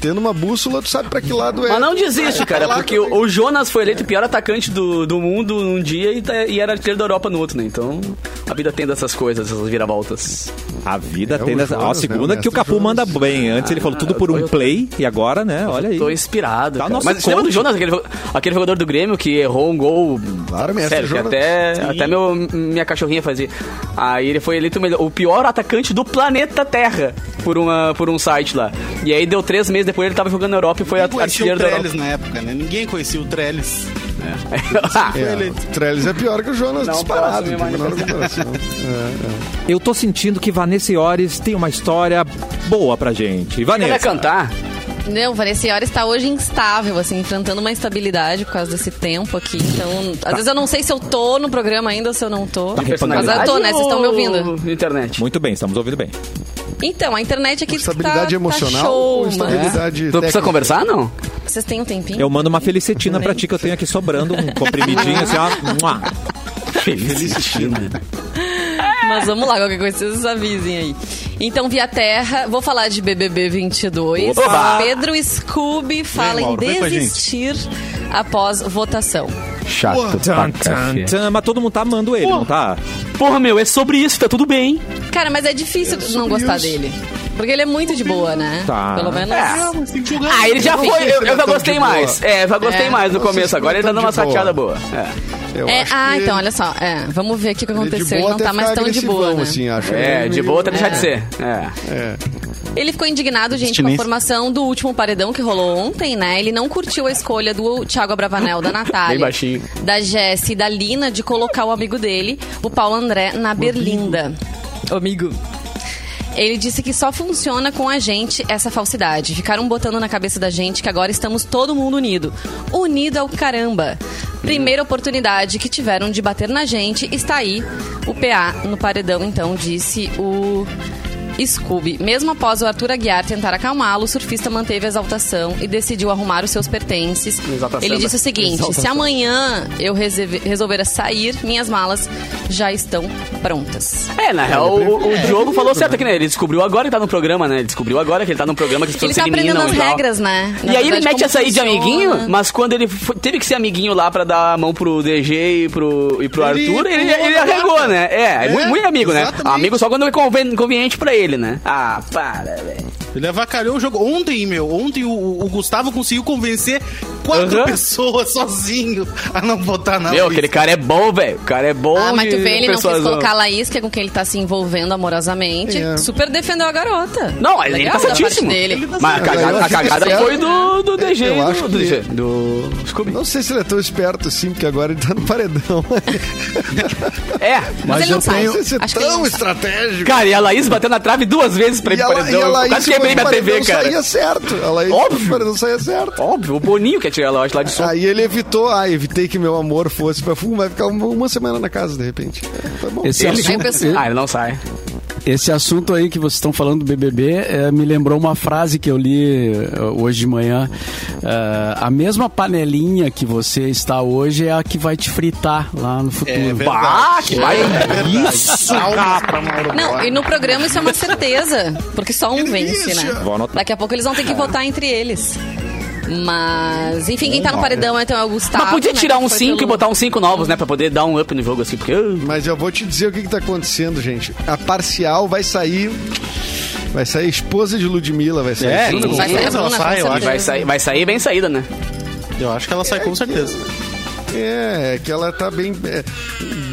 [SPEAKER 6] Tendo uma bússola, tu sabe pra que lado é.
[SPEAKER 2] Mas não desiste, cara, porque o o Jonas foi eleito o pior atacante do, do mundo num dia e, tá- e era artilheiro da Europa no outro, né? Então, a vida tem dessas cocoisas, essas viravoltas.
[SPEAKER 1] A vida
[SPEAKER 6] É,
[SPEAKER 1] tem
[SPEAKER 2] um
[SPEAKER 6] o
[SPEAKER 1] dessa. Ó, a
[SPEAKER 6] Jonas, né,
[SPEAKER 1] segunda
[SPEAKER 6] o
[SPEAKER 1] que o
[SPEAKER 6] mestre
[SPEAKER 1] Capu
[SPEAKER 6] Jonas.
[SPEAKER 2] é
[SPEAKER 1] manda bem. Antes ele falou tudo por um
[SPEAKER 2] Ah, eu-
[SPEAKER 1] play e agora, né? Olha aí.
[SPEAKER 2] Tô inspirado.
[SPEAKER 1] Tá
[SPEAKER 2] cara.
[SPEAKER 1] nosso
[SPEAKER 2] Mas você lembra do
[SPEAKER 1] coach.
[SPEAKER 2] Jonas, aquele, jo- aquele jogador do Grêmio que errou um gol?
[SPEAKER 6] Claro, mestre
[SPEAKER 2] sério, que
[SPEAKER 6] Jonas.
[SPEAKER 2] até, até meu, minha cachorrinha fazia. Aí ele foi eleito o, melhor- o pior atacante do planeta Terra por, uma, por um site lá. E aí deu três meses depois ele tava jogando na Europa e foi
[SPEAKER 5] Ninguém conhecia o
[SPEAKER 2] artilheiro da Europa.
[SPEAKER 5] Trellis na época, né? Ninguém conhecia o Trellis.
[SPEAKER 2] Ah,
[SPEAKER 6] É, o Trellis é pior que o Jonas
[SPEAKER 2] Não,
[SPEAKER 6] disparado,
[SPEAKER 2] posso me
[SPEAKER 6] tem a menor comparação.
[SPEAKER 1] Eu tô sentindo que Vanessa Iores tem uma história boa pra gente.
[SPEAKER 2] *laughs* Ele vai
[SPEAKER 1] Vanessa.
[SPEAKER 2] cantar?
[SPEAKER 4] Não, Vanessa Iora está hoje instável, assim, enfrentando uma instabilidade por causa desse tempo aqui. Então, às vezes eu não sei se eu tô no programa ainda ou se eu não tô.
[SPEAKER 1] Tá
[SPEAKER 4] mas
[SPEAKER 1] repaginado.
[SPEAKER 4] eu tô, né? Vocês estão me ouvindo.
[SPEAKER 2] Ou Internet.
[SPEAKER 1] Muito bem, estamos ouvindo bem.
[SPEAKER 4] Então, a internet aqui tá,
[SPEAKER 6] Estabilidade
[SPEAKER 4] tá
[SPEAKER 6] emocional
[SPEAKER 4] show, mano.
[SPEAKER 6] ou estabilidade
[SPEAKER 2] Tu precisa
[SPEAKER 6] técnica?
[SPEAKER 2] conversar, não?
[SPEAKER 4] Vocês têm um tempinho?
[SPEAKER 1] Eu mando uma felicetina pra ti que eu tenho aqui sobrando, um comprimidinho assim, ó.
[SPEAKER 2] *laughs*
[SPEAKER 1] Mua.
[SPEAKER 2] Felicitina.
[SPEAKER 4] Mas vamos lá, qualquer coisa vocês avisem aí. Então, via terra, vou falar de BBB 22.
[SPEAKER 2] Opa!
[SPEAKER 4] Pedro Scooby fala
[SPEAKER 8] Mauro, vem
[SPEAKER 4] em
[SPEAKER 8] com a gente.
[SPEAKER 4] desistir após votação.
[SPEAKER 7] Chato.
[SPEAKER 1] Tan,
[SPEAKER 7] pra
[SPEAKER 1] tan,
[SPEAKER 7] cacete.
[SPEAKER 1] tan. Mas todo mundo tá amando ele, não tá?
[SPEAKER 2] Porra, meu, é sobre isso, tá tudo bem.
[SPEAKER 4] Cara, mas é difícil tu não gostar dele. Porque ele é muito de boa, né?
[SPEAKER 1] Tá.
[SPEAKER 4] Pelo menos.
[SPEAKER 2] É.
[SPEAKER 5] Mas tem que jogar.
[SPEAKER 2] Ah, ele já
[SPEAKER 6] não
[SPEAKER 2] foi,
[SPEAKER 6] sei se
[SPEAKER 2] eu,
[SPEAKER 6] ele
[SPEAKER 2] eu
[SPEAKER 6] é
[SPEAKER 2] já
[SPEAKER 6] tão
[SPEAKER 2] gostei
[SPEAKER 6] de boa.
[SPEAKER 2] mais. É, eu já gostei
[SPEAKER 4] É.
[SPEAKER 2] mais no
[SPEAKER 6] Não sei se
[SPEAKER 2] começo,
[SPEAKER 6] ele
[SPEAKER 2] agora
[SPEAKER 6] é
[SPEAKER 2] ele tá
[SPEAKER 6] tão
[SPEAKER 2] dando uma
[SPEAKER 6] de boa.
[SPEAKER 2] saqueada boa. É.
[SPEAKER 6] Eu
[SPEAKER 4] É,
[SPEAKER 6] acho
[SPEAKER 4] ah,
[SPEAKER 6] que
[SPEAKER 4] então, olha só. É, vamos ver o que, que
[SPEAKER 6] ele de
[SPEAKER 4] aconteceu. Ele
[SPEAKER 6] boa
[SPEAKER 4] não
[SPEAKER 6] até
[SPEAKER 4] tá mais
[SPEAKER 6] fica
[SPEAKER 4] tão de boa,
[SPEAKER 6] agressivão,
[SPEAKER 4] né?
[SPEAKER 6] assim, acho.
[SPEAKER 2] É, de boa até deixar de ser. É.
[SPEAKER 4] Ele ficou indignado, gente, com a formação do último paredão que rolou ontem, né? Ele não curtiu a escolha do Thiago
[SPEAKER 2] *laughs*
[SPEAKER 4] Abravanel, da Natália,
[SPEAKER 2] Bem baixinho.
[SPEAKER 4] da Jess e da Lina de colocar o amigo dele, o Paulo André, na Berlinda. Amigo. Ele disse que só funciona com a gente essa falsidade. Ficaram botando na cabeça da gente que agora estamos todo mundo unido. Unido ao caramba. Primeira oportunidade que tiveram de bater na gente está aí. O PA no paredão, então, disse o Scooby. Mesmo após o Arthur Aguiar tentar acalmá-lo, o surfista manteve a exaltação e decidiu arrumar os seus pertences.
[SPEAKER 2] Exalta
[SPEAKER 4] Ele
[SPEAKER 2] Samba.
[SPEAKER 4] disse o seguinte:
[SPEAKER 2] Exalta
[SPEAKER 4] se amanhã eu reserve- resolver sair, minhas malas já estão prontas.
[SPEAKER 2] É, na real, o, o Diogo falou certo aqui, né? Ele descobriu agora que tá no programa, né? Ele descobriu agora que ele tá num programa que as
[SPEAKER 4] Ele
[SPEAKER 2] pessoas
[SPEAKER 4] tá
[SPEAKER 2] se
[SPEAKER 4] aprendendo
[SPEAKER 2] eliminam
[SPEAKER 4] as
[SPEAKER 2] e tal.
[SPEAKER 4] regras, né? Na
[SPEAKER 2] um E aí ele
[SPEAKER 4] verdade,
[SPEAKER 2] mete
[SPEAKER 4] como
[SPEAKER 2] essa aí de
[SPEAKER 4] funciona.
[SPEAKER 2] amiguinho, mas quando ele fo- teve que ser amiguinho lá pra dar a mão pro DG e pro, e pro
[SPEAKER 5] Ele
[SPEAKER 2] Arthur, ele,
[SPEAKER 5] pulou
[SPEAKER 2] ele
[SPEAKER 5] na
[SPEAKER 2] arregou,
[SPEAKER 5] lata.
[SPEAKER 2] né? É, é, muito, muito amigo, né?
[SPEAKER 5] exatamente.
[SPEAKER 2] Amigo só quando é conven- conveniente pra ele, né? Ah, para, velho.
[SPEAKER 5] Ele avacalhou o jogo. Ontem, meu, ontem o, o Gustavo conseguiu convencer quatro
[SPEAKER 2] Aham.
[SPEAKER 5] pessoas sozinho a não votar na
[SPEAKER 2] Meu,
[SPEAKER 5] Luísa.
[SPEAKER 2] aquele cara é bom, velho. O cara é bom.
[SPEAKER 4] Ah, mas tu
[SPEAKER 2] de
[SPEAKER 4] vê, ele não quis
[SPEAKER 2] persuasão.
[SPEAKER 4] colocar a Laís, que é com quem ele tá se envolvendo amorosamente.
[SPEAKER 6] É.
[SPEAKER 4] Super defendeu a garota.
[SPEAKER 2] Não, ele
[SPEAKER 4] Legal
[SPEAKER 2] tá
[SPEAKER 4] da parte
[SPEAKER 2] certíssimo.
[SPEAKER 4] dele.
[SPEAKER 2] Mas a
[SPEAKER 6] Eu
[SPEAKER 2] cagada, a
[SPEAKER 6] acho que
[SPEAKER 2] cagada
[SPEAKER 6] isso é-
[SPEAKER 2] foi do, do DG.
[SPEAKER 6] eu
[SPEAKER 2] do-
[SPEAKER 6] acho
[SPEAKER 2] do,
[SPEAKER 6] que- é.
[SPEAKER 2] DG, do Scooby.
[SPEAKER 6] Não sei se ele é tão esperto assim, porque agora ele tá no paredão.
[SPEAKER 2] É.
[SPEAKER 4] Mas,
[SPEAKER 3] Mas
[SPEAKER 4] ele
[SPEAKER 3] eu
[SPEAKER 4] não sai.
[SPEAKER 6] Não sei se é
[SPEAKER 4] Acho que ele
[SPEAKER 6] tão
[SPEAKER 4] não sai.
[SPEAKER 6] estratégico.
[SPEAKER 2] Cara, e a Laís bateu na trave duas vezes pra ir
[SPEAKER 6] E
[SPEAKER 2] pro
[SPEAKER 6] ela-
[SPEAKER 2] Tá
[SPEAKER 6] e
[SPEAKER 2] paredão.
[SPEAKER 6] a
[SPEAKER 2] Eu
[SPEAKER 6] Laís
[SPEAKER 2] Quase fiquei bem na TV,
[SPEAKER 6] paredão
[SPEAKER 2] cara.
[SPEAKER 6] saía certo. Ela ia
[SPEAKER 2] Óbvio.
[SPEAKER 6] O paredão saía certo.
[SPEAKER 2] Óbvio, o Boninho quer tirar ela, eu acho, lá de sul.
[SPEAKER 6] Aí ele evitou, ah, evitei que meu amor fosse pra fumo, vai ficar uma, uma semana na casa, de repente. É, Tá bom.
[SPEAKER 3] Esse
[SPEAKER 4] Aí o
[SPEAKER 3] assunto,
[SPEAKER 4] pessoal-
[SPEAKER 2] Ah, ele não sai.
[SPEAKER 3] Esse assunto aí que vocês estão falando do BBB eh, me lembrou uma frase que eu li eh, hoje de manhã. Eh, a mesma panelinha que você está hoje é a que vai te fritar lá
[SPEAKER 2] É
[SPEAKER 3] no futuro.
[SPEAKER 5] É
[SPEAKER 2] Ah, que vai.
[SPEAKER 5] Isso, cara.
[SPEAKER 4] Não, e no programa isso é uma certeza, porque só um vence, né?
[SPEAKER 1] Vou anotar.
[SPEAKER 4] Daqui a pouco eles vão ter que votar entre eles. Mas, enfim, quem tá no paredão então é o Gustavo.
[SPEAKER 2] Mas podia
[SPEAKER 4] né,
[SPEAKER 2] tirar
[SPEAKER 4] que
[SPEAKER 2] um
[SPEAKER 4] foi
[SPEAKER 2] 5 e
[SPEAKER 4] pelo-
[SPEAKER 2] botar uns 5 novos, né? Pra poder dar um up no jogo, assim, porque... uh,
[SPEAKER 6] Mas eu vou te dizer o que, que tá acontecendo, gente. A parcial vai sair. Vai sair a esposa de Ludmilla, vai sair.
[SPEAKER 5] É,
[SPEAKER 6] junto
[SPEAKER 5] sim.
[SPEAKER 6] com-
[SPEAKER 4] Vai sair a né? Bruna,
[SPEAKER 5] Ela sai,
[SPEAKER 4] com
[SPEAKER 5] eu acho.
[SPEAKER 4] certeza.
[SPEAKER 2] Vai sair, vai sair bem saída, né?
[SPEAKER 5] Eu acho que ela sai com certeza.
[SPEAKER 6] é, é que ela tá bem. é,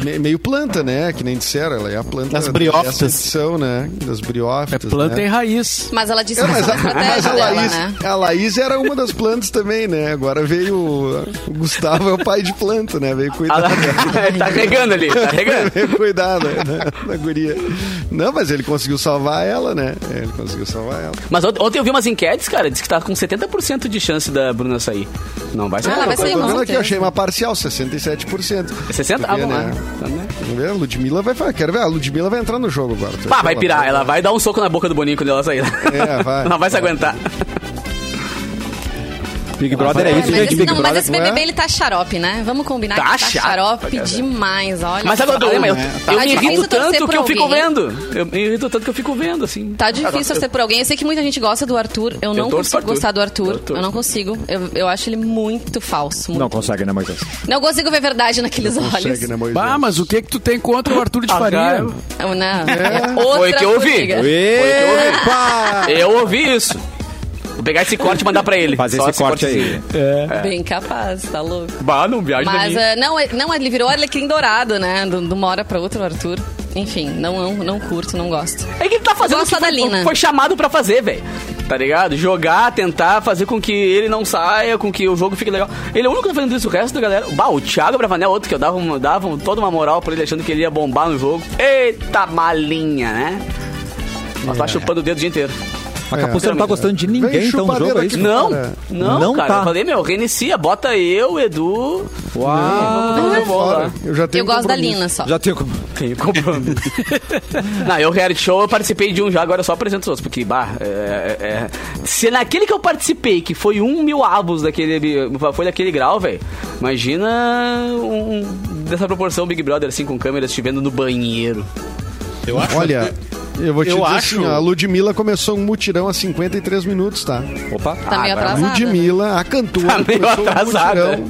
[SPEAKER 6] me- meio planta, né? Que nem disseram, ela é a planta.
[SPEAKER 5] Das briófitas.
[SPEAKER 6] dessa edição, né? Das briófitas.
[SPEAKER 3] É planta
[SPEAKER 6] né?
[SPEAKER 3] e raiz.
[SPEAKER 4] Mas ela disse
[SPEAKER 6] É,
[SPEAKER 4] que
[SPEAKER 6] mas,
[SPEAKER 4] isso é
[SPEAKER 6] a,
[SPEAKER 4] uma
[SPEAKER 6] mas
[SPEAKER 4] estratégia
[SPEAKER 6] a
[SPEAKER 4] dela,
[SPEAKER 6] Laís,
[SPEAKER 4] né?
[SPEAKER 6] a Laís era uma das plantas também, né? Agora veio o o Gustavo, é o pai de planta, né? Veio
[SPEAKER 2] Ah,
[SPEAKER 6] cuidar.
[SPEAKER 2] lá- *laughs* tá regando ali, tá regando.
[SPEAKER 6] *laughs* Veio cuidar da, da- da guria. Não, mas ele conseguiu salvar ela, né? Ele conseguiu salvar ela.
[SPEAKER 2] Mas ont- ontem eu vi umas enquetes, cara, diz que tá com 70% de chance da Bruna sair. Não vai sair.
[SPEAKER 4] Ah, ela
[SPEAKER 2] não,
[SPEAKER 4] vai
[SPEAKER 2] cara.
[SPEAKER 4] sair,
[SPEAKER 6] Tô
[SPEAKER 4] com
[SPEAKER 6] vendo aqui, eu
[SPEAKER 4] certeza.
[SPEAKER 6] achei uma parcial, 67%.
[SPEAKER 2] 60? Ah,
[SPEAKER 6] Porque,
[SPEAKER 2] vamos lá.
[SPEAKER 6] né?
[SPEAKER 2] Tá, né?
[SPEAKER 6] Vamos ver, a Ludmilla vai. fa- Quero ver, a Ludmilla vai entrar no jogo agora.
[SPEAKER 2] Pá, vai pirar. Ela vai dar um soco na boca do Boninho quando ela sair. né?
[SPEAKER 6] É,
[SPEAKER 2] *laughs*
[SPEAKER 6] vai.
[SPEAKER 2] Não vai se aguentar.
[SPEAKER 7] Big Brother é
[SPEAKER 4] É,
[SPEAKER 7] isso,
[SPEAKER 4] mas,
[SPEAKER 7] gente.
[SPEAKER 4] esse,
[SPEAKER 7] Big
[SPEAKER 4] não, mas
[SPEAKER 7] Brother
[SPEAKER 4] esse BBB ele tá xarope, né? Vamos combinar
[SPEAKER 2] Tá
[SPEAKER 4] que tá
[SPEAKER 2] chato,
[SPEAKER 4] xarope demais, olha.
[SPEAKER 2] Mas agora, eu, eu,
[SPEAKER 4] Tá
[SPEAKER 2] me
[SPEAKER 4] difícil
[SPEAKER 2] irrito
[SPEAKER 4] torcer
[SPEAKER 2] tanto
[SPEAKER 4] por
[SPEAKER 2] que eu fico
[SPEAKER 4] alguém.
[SPEAKER 2] vendo. Eu me irrito tanto que eu fico vendo, assim.
[SPEAKER 4] Tá difícil ser por alguém. Eu sei que muita gente gosta do Arthur. Eu não
[SPEAKER 2] torço pro
[SPEAKER 4] consigo
[SPEAKER 2] Arthur.
[SPEAKER 4] gostar do
[SPEAKER 2] Eu
[SPEAKER 4] Arthur. Eu,
[SPEAKER 2] torço.
[SPEAKER 4] não consigo. Eu, eu acho ele muito falso. Muito.
[SPEAKER 7] Não consegue, né, Moisés?
[SPEAKER 4] Não. consigo ver verdade naqueles olhos.
[SPEAKER 6] Consegue, né, Moisés?
[SPEAKER 3] Bah, mas o que que tu tem contra o Arthur de
[SPEAKER 2] é. Ah,
[SPEAKER 3] Faria?
[SPEAKER 2] cara.
[SPEAKER 4] Eu, né?
[SPEAKER 2] Foi o que eu ouvi.
[SPEAKER 4] formiga.
[SPEAKER 7] Epa!
[SPEAKER 2] Eu ouvi isso. Vou pegar esse corte e mandar pra ele.
[SPEAKER 7] Fazer
[SPEAKER 2] Só
[SPEAKER 7] esse corte aí.
[SPEAKER 2] cortezinho.
[SPEAKER 4] É. Bem capaz, tá louco.
[SPEAKER 2] Bah, não viaja
[SPEAKER 4] Mas
[SPEAKER 2] Mas,
[SPEAKER 4] eh, não, eh, não, ele virou Arlequim Dourado, né? Do- De uma hora pra outra, o Arthur. Enfim, não, não, não curto, não gosto.
[SPEAKER 2] É que ele tá fazendo o que
[SPEAKER 4] Gosta da
[SPEAKER 2] foi,
[SPEAKER 4] Lina.
[SPEAKER 2] foi chamado pra fazer, velho. Tá ligado? Jogar, tentar, fazer com que ele não saia, com que o jogo fique legal. Ele é o único que tá fazendo isso, o resto da galera. Bah, o Thiago Bravanel é outro que eu dava, uma- dava um- toda uma moral pra ele achando que ele ia bombar no jogo. Eita malinha, né? Mas tá chupando o dedo o dia inteiro.
[SPEAKER 7] Mas Capuça não tá gostando de
[SPEAKER 6] Vem
[SPEAKER 7] ninguém, então no
[SPEAKER 6] chupadeira
[SPEAKER 7] jogo é
[SPEAKER 6] aqui,
[SPEAKER 7] isso?
[SPEAKER 2] Não,
[SPEAKER 6] Cara,
[SPEAKER 2] não,
[SPEAKER 7] não
[SPEAKER 2] cara.
[SPEAKER 7] tá.
[SPEAKER 2] Eu falei, meu, reinicia, bota eu, Edu. Uau, eu vou lá.
[SPEAKER 6] Ah, Fora. Eu já tenho
[SPEAKER 4] eu gosto da
[SPEAKER 6] um compromisso.
[SPEAKER 4] Lina só.
[SPEAKER 7] Já tenho como.
[SPEAKER 2] Tenho compromisso. não, eu reality show, eu participei de um já, agora eu só apresento os outros, porque, bah, é, é- se naquele que eu participei, que foi um mil avos daquele, foi daquele grau, velho, imagina um, dessa proporção Big Brother, assim, com câmeras te vendo no banheiro.
[SPEAKER 5] Eu acho.
[SPEAKER 6] Olha, eu vou te
[SPEAKER 5] Eu
[SPEAKER 6] dizer
[SPEAKER 5] acho-
[SPEAKER 6] assim, ó, a Ludmilla começou um mutirão há 53 minutos, tá?
[SPEAKER 7] Opa.
[SPEAKER 4] Tá meio atrasada. né?
[SPEAKER 6] Ludmilla, a cantora,
[SPEAKER 2] Tá meio
[SPEAKER 6] começou
[SPEAKER 2] atrasada.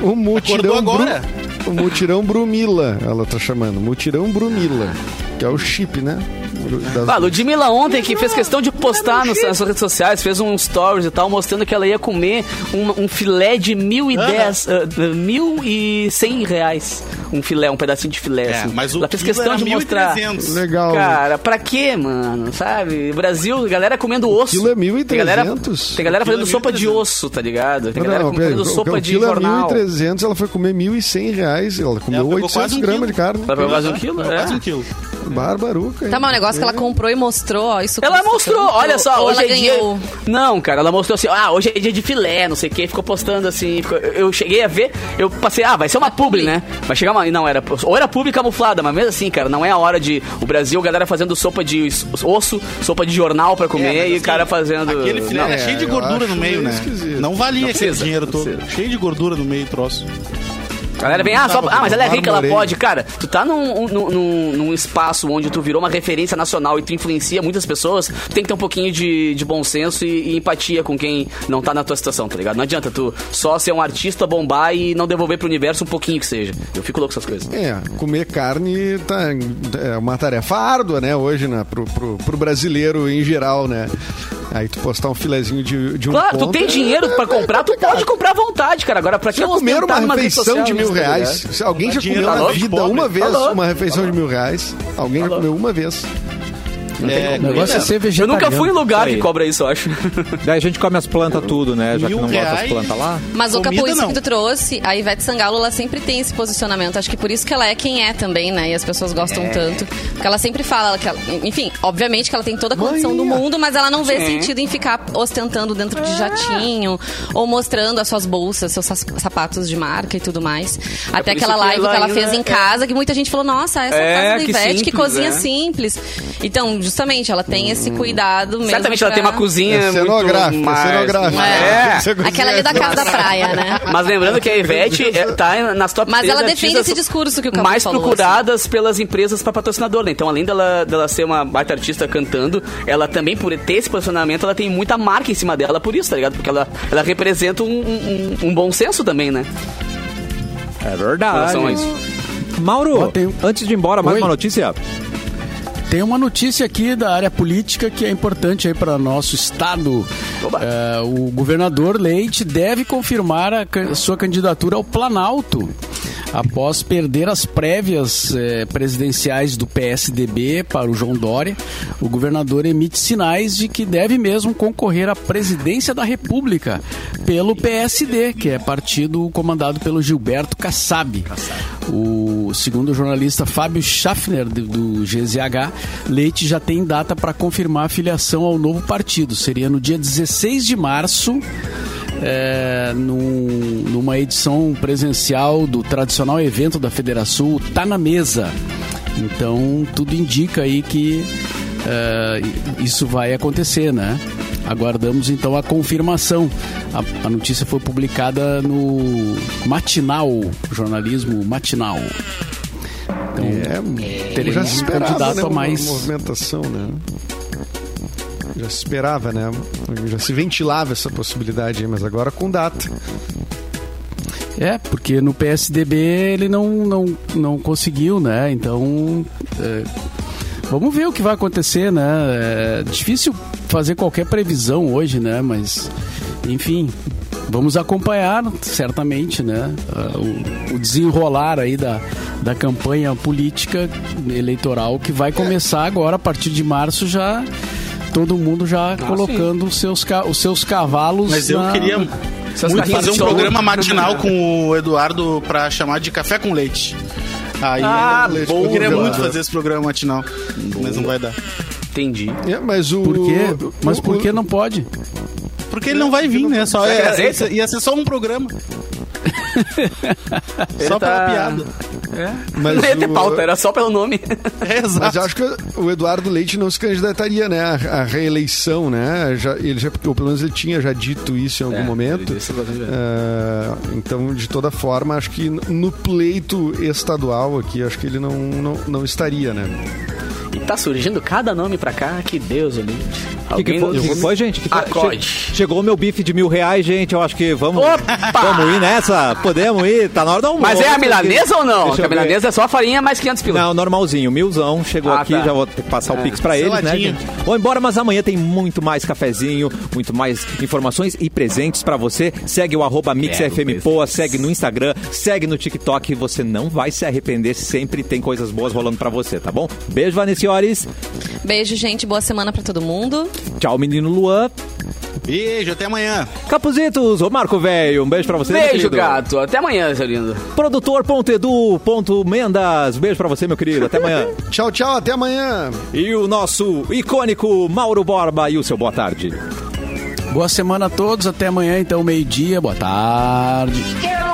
[SPEAKER 6] Um mutirão, um mutirão
[SPEAKER 5] Acordou agora.
[SPEAKER 6] Bru- o mutirão Brumila, ela tá chamando. Mutirão Brumila, que é o chip, né? Bru- das-
[SPEAKER 2] Ah, Ludmilla ontem que fez questão de postar nas, nas suas redes sociais, fez um stories e tal, mostrando que ela ia comer um, um filé de mil e dez, ah, mil e cem reais. Um filé, um pedacinho de filé,
[SPEAKER 5] É,
[SPEAKER 2] assim.
[SPEAKER 5] mas o
[SPEAKER 2] ela fez
[SPEAKER 5] quilo
[SPEAKER 2] questão
[SPEAKER 5] era
[SPEAKER 2] de mostrar.
[SPEAKER 5] 1.300.
[SPEAKER 6] Legal.
[SPEAKER 2] Cara, pra quê, mano? Sabe? Brasil, galera comendo osso.
[SPEAKER 6] quilo é
[SPEAKER 2] Tem galera-
[SPEAKER 6] 1.300.
[SPEAKER 2] Tem galera
[SPEAKER 5] O quilo
[SPEAKER 2] fazendo
[SPEAKER 5] é
[SPEAKER 2] sopa de
[SPEAKER 5] 1.300.
[SPEAKER 2] osso, tá ligado? Tem
[SPEAKER 6] Não,
[SPEAKER 2] galera
[SPEAKER 6] não, peraí,
[SPEAKER 2] comendo
[SPEAKER 6] o-
[SPEAKER 2] sopa
[SPEAKER 6] o
[SPEAKER 2] de
[SPEAKER 6] quilo é
[SPEAKER 2] jornal.
[SPEAKER 6] 1.300, ela foi comer 1.100 reais. Ela comeu
[SPEAKER 5] Ela pegou
[SPEAKER 6] 800
[SPEAKER 5] quase um
[SPEAKER 6] gramas
[SPEAKER 5] quilo.
[SPEAKER 6] de carne.
[SPEAKER 2] Ela pegou quase um quilo? É.
[SPEAKER 5] Quase um quilo.
[SPEAKER 6] Barbaruca. hein?
[SPEAKER 4] Tá, mas o negócio que ela comprou e mostrou, ó, isso
[SPEAKER 2] Ela
[SPEAKER 4] custa
[SPEAKER 2] mostrou,
[SPEAKER 4] tanto,
[SPEAKER 2] olha só,
[SPEAKER 4] ou
[SPEAKER 2] hoje
[SPEAKER 4] ela
[SPEAKER 2] é
[SPEAKER 4] ganhou.
[SPEAKER 2] dia. Não, cara, ela mostrou assim, ah, hoje é dia de filé, não sei o que, ficou postando assim. ficou- Eu cheguei a ver, eu passei, ah, vai ser uma publi, né? Vai chegar uma. Não, era. Ou era publi camuflada, mas mesmo assim, cara, não é a hora de. O Brasil, galera fazendo sopa de is- osso, sopa de jornal pra comer
[SPEAKER 5] É, mas
[SPEAKER 2] e o
[SPEAKER 5] assim,
[SPEAKER 2] cara fazendo.
[SPEAKER 5] Aquele filé
[SPEAKER 2] Não,
[SPEAKER 5] era cheio de
[SPEAKER 6] eu
[SPEAKER 5] gordura
[SPEAKER 6] acho
[SPEAKER 5] no É, meio,
[SPEAKER 6] meio
[SPEAKER 5] né?
[SPEAKER 6] esquisito.
[SPEAKER 5] Não valia
[SPEAKER 2] Não
[SPEAKER 5] esse
[SPEAKER 2] precisa,
[SPEAKER 5] dinheiro
[SPEAKER 2] não
[SPEAKER 5] todo.
[SPEAKER 2] precisa.
[SPEAKER 5] Cheio de gordura no meio, troço.
[SPEAKER 2] A galera vem, ah, só, ah, mas ela é rica, ela
[SPEAKER 6] Marmoreio.
[SPEAKER 2] pode. Cara, tu tá num, num- num- num espaço onde tu virou uma referência nacional e tu influencia muitas pessoas, tu tem que ter um pouquinho de, de bom senso e, e empatia com quem não tá na tua situação, tá ligado? Não adianta tu só ser um artista, bombar e não devolver pro universo um pouquinho que seja. Eu fico louco com essas coisas.
[SPEAKER 6] É, comer carne tá, é uma tarefa árdua, né, hoje, né, pro, pro, pro brasileiro em geral, né? Aí tu postar um filezinho de, de um
[SPEAKER 2] Claro, tu
[SPEAKER 6] ponto,
[SPEAKER 2] tem
[SPEAKER 6] é-
[SPEAKER 2] dinheiro pra
[SPEAKER 6] é
[SPEAKER 2] comprar, tu
[SPEAKER 6] complicado.
[SPEAKER 2] pode comprar à vontade, cara. Agora, pra que
[SPEAKER 6] Já comeram
[SPEAKER 2] ostentar
[SPEAKER 6] uma
[SPEAKER 2] numa rede
[SPEAKER 6] refeição
[SPEAKER 2] social
[SPEAKER 6] de mil
[SPEAKER 2] isso, tá
[SPEAKER 6] reais?
[SPEAKER 2] ligado?
[SPEAKER 6] Se alguém já
[SPEAKER 5] Dinheiro
[SPEAKER 6] comeu
[SPEAKER 5] tá
[SPEAKER 6] na
[SPEAKER 5] louco,
[SPEAKER 6] vida
[SPEAKER 5] pobre.
[SPEAKER 6] uma
[SPEAKER 5] Tá
[SPEAKER 6] vez
[SPEAKER 2] louco,
[SPEAKER 6] uma
[SPEAKER 2] tá
[SPEAKER 6] refeição de mil reais, alguém já
[SPEAKER 2] louco.
[SPEAKER 6] comeu uma vez.
[SPEAKER 5] É,
[SPEAKER 3] O negócio é ser
[SPEAKER 2] Eu
[SPEAKER 3] vegetariano.
[SPEAKER 2] nunca fui em lugar
[SPEAKER 1] Isso aí.
[SPEAKER 2] que cobra isso, eu acho.
[SPEAKER 1] Daí a gente come as plantas tudo, né? Já que
[SPEAKER 5] Mil
[SPEAKER 1] não bota as
[SPEAKER 5] reais.
[SPEAKER 1] plantas lá.
[SPEAKER 4] Mas o
[SPEAKER 5] Comida,
[SPEAKER 4] Capu, isso
[SPEAKER 5] não.
[SPEAKER 4] que tu trouxe, a Ivete Sangalo, ela sempre tem esse posicionamento. Acho que por isso que ela é quem é também, né? E as pessoas gostam
[SPEAKER 2] É.
[SPEAKER 4] tanto. Porque ela sempre fala que ela... Enfim, obviamente que ela tem toda a condição do mundo, mas ela não vê
[SPEAKER 2] Sim.
[SPEAKER 4] sentido em ficar ostentando dentro de jatinho ou mostrando as suas bolsas, seus sas- sapatos de marca e tudo mais. Até
[SPEAKER 2] É por isso
[SPEAKER 4] aquela
[SPEAKER 2] que
[SPEAKER 4] live que
[SPEAKER 2] ela
[SPEAKER 4] ela
[SPEAKER 2] ainda
[SPEAKER 4] fez em
[SPEAKER 2] é-
[SPEAKER 4] casa, que muita gente falou, nossa, essa
[SPEAKER 2] É,
[SPEAKER 4] casa da
[SPEAKER 2] que
[SPEAKER 4] Ivete, que
[SPEAKER 2] simples,
[SPEAKER 4] cozinha
[SPEAKER 2] é. Hum.
[SPEAKER 4] simples. Então, justamente, ela tem esse cuidado mesmo.
[SPEAKER 2] Certamente ela tem
[SPEAKER 4] pra-
[SPEAKER 2] uma cozinha
[SPEAKER 6] É
[SPEAKER 2] muito
[SPEAKER 6] cenográfico,
[SPEAKER 2] mais...
[SPEAKER 6] é cenográfico.
[SPEAKER 2] É.
[SPEAKER 6] Você consegue-
[SPEAKER 4] Aquela ali da casa da praia,
[SPEAKER 2] *laughs*
[SPEAKER 4] né?
[SPEAKER 2] Mas lembrando que a
[SPEAKER 5] *laughs*
[SPEAKER 2] Ivete é, tá em- nas top
[SPEAKER 4] Mas
[SPEAKER 2] três
[SPEAKER 4] ela defende
[SPEAKER 2] artistas
[SPEAKER 4] esse discurso que o Capu
[SPEAKER 2] mais
[SPEAKER 4] falou, assim.
[SPEAKER 2] procuradas pelas empresas para patrocinador, né? Então, além dela, dela ser uma baita artista cantando, ela também, por ter esse posicionamento, ela tem muita marca em cima dela por isso, tá ligado? Porque ela, ela representa um, um- um bom senso também, né?
[SPEAKER 1] É
[SPEAKER 2] Em
[SPEAKER 1] verdade.
[SPEAKER 2] relação a isso. um-
[SPEAKER 1] Mauro,
[SPEAKER 3] Ó, tem-
[SPEAKER 1] antes de ir embora, mais
[SPEAKER 3] Oi.
[SPEAKER 1] uma notícia.
[SPEAKER 3] Tem uma notícia aqui da área política que é importante aí para nosso estado.
[SPEAKER 2] Oba.
[SPEAKER 3] É, o governador Leite deve confirmar a can- sua candidatura ao Planalto após perder as prévias eh, presidenciais do PSDB para o João Dória. O governador emite sinais de que deve mesmo concorrer à presidência da República pelo PSD, que é partido comandado pelo Gilberto Kassab. O segundo o jornalista Fábio Schaffner de- do GZH, Leite já tem data para confirmar a filiação ao novo partido. Seria no dia 16 de março. é, num- numa edição presencial do tradicional evento da Federação Tá na Mesa. Então, tudo indica aí que é, isso vai acontecer, né? Aguardamos então a confirmação. A, a notícia foi publicada no Matinal, jornalismo Matinal. Então,
[SPEAKER 6] É,
[SPEAKER 3] teremos
[SPEAKER 6] já se
[SPEAKER 3] um
[SPEAKER 6] esperava,
[SPEAKER 3] candidato
[SPEAKER 6] né,
[SPEAKER 3] a
[SPEAKER 6] uma
[SPEAKER 3] mais.
[SPEAKER 6] movimentação, né? Já se esperava, né? Já se ventilava essa possibilidade, aí, mas agora com data.
[SPEAKER 3] É, porque no PSDB ele não, não, não conseguiu, né? Então. é, vamos ver o que vai acontecer, né? É difícil fazer qualquer previsão hoje, né? Mas, enfim. Vamos acompanhar, certamente, né? ah, o- O desenrolar aí da, da campanha política eleitoral que
[SPEAKER 5] É.
[SPEAKER 3] vai começar agora, a partir de março, já todo mundo já colocando os seus, ca- os seus cavalos.
[SPEAKER 5] Ah, Mas eu
[SPEAKER 3] na-
[SPEAKER 2] Tá
[SPEAKER 5] queria
[SPEAKER 2] Seus
[SPEAKER 5] muito
[SPEAKER 2] carrinhos
[SPEAKER 5] fazer um
[SPEAKER 2] de som.
[SPEAKER 5] programa matinal com o Eduardo pra chamar de Café com Leite. Aí,
[SPEAKER 2] Ah,
[SPEAKER 5] eu
[SPEAKER 2] boa,
[SPEAKER 5] queria muito
[SPEAKER 2] Eduardo.
[SPEAKER 5] fazer esse programa matinal, mas não vai dar.
[SPEAKER 2] Entendi.
[SPEAKER 6] É, mas o.
[SPEAKER 3] Por quê? Mas
[SPEAKER 6] o-
[SPEAKER 3] por que não pode?
[SPEAKER 5] Porque ele não vai vir, né? Só
[SPEAKER 2] que
[SPEAKER 5] é,
[SPEAKER 2] ele aceita?
[SPEAKER 5] ia ser só um programa.
[SPEAKER 2] Ele
[SPEAKER 5] só pela
[SPEAKER 2] tá- *laughs*
[SPEAKER 5] piada.
[SPEAKER 6] Mas
[SPEAKER 2] Não ia ter
[SPEAKER 6] o-
[SPEAKER 2] pauta, né? era só pelo nome.
[SPEAKER 5] É,
[SPEAKER 6] Mas
[SPEAKER 5] exato.
[SPEAKER 6] eu acho que o Eduardo Leite não se candidataria, né? A, reeleição, né? Já- ele já, ou pelo menos ele tinha já dito isso em algum momento. Ah, então, de toda forma, acho que no pleito estadual aqui, acho que ele não, não, não estaria, né?
[SPEAKER 2] E tá surgindo cada nome pra cá, que Deus, ele.
[SPEAKER 1] O que, que, foi- que foi, gente? Que que-
[SPEAKER 2] Acorde.
[SPEAKER 1] che- Chegou o meu bife de mil reais, gente. Eu acho que vamos,
[SPEAKER 2] Opa!
[SPEAKER 1] vamos ir nessa. Podemos ir. Tá na hora do almoço.
[SPEAKER 2] Mas é a milanesa ou não?
[SPEAKER 1] Deixa
[SPEAKER 2] Porque
[SPEAKER 1] eu
[SPEAKER 2] a
[SPEAKER 1] ver.
[SPEAKER 2] milanesa é só a farinha mais 500 pila.
[SPEAKER 1] Não, normalzinho. Milzão chegou
[SPEAKER 2] Ah,
[SPEAKER 1] aqui,
[SPEAKER 2] tá.
[SPEAKER 1] já vou ter que passar o pix pra eles, né,
[SPEAKER 5] Seladinho.
[SPEAKER 1] gente? Vou embora, mas amanhã tem muito mais cafezinho, muito mais informações e presentes pra você. Segue o arroba MixFMPoa, segue no Instagram, segue no TikTok. Você não vai se arrepender. Sempre tem coisas boas rolando pra você, tá bom? Beijo, Vanessiores.
[SPEAKER 4] Beijo, gente. Boa semana pra todo mundo.
[SPEAKER 1] Tchau, menino Luan.
[SPEAKER 5] Beijo, até amanhã.
[SPEAKER 1] Capuzitos, ô Marco Velho, um beijo pra você. meu
[SPEAKER 2] Beijo,
[SPEAKER 1] querido.
[SPEAKER 2] gato. Até amanhã, seu lindo.
[SPEAKER 1] Produtor.edu.mendas, beijo pra você, meu querido. Até amanhã.
[SPEAKER 2] *laughs*
[SPEAKER 6] Tchau, tchau, até amanhã!
[SPEAKER 1] e o nosso icônico Mauro Borba e o seu boa tarde.
[SPEAKER 3] Boa semana a todos, até amanhã, então, meio-dia, boa tarde.
[SPEAKER 9] Get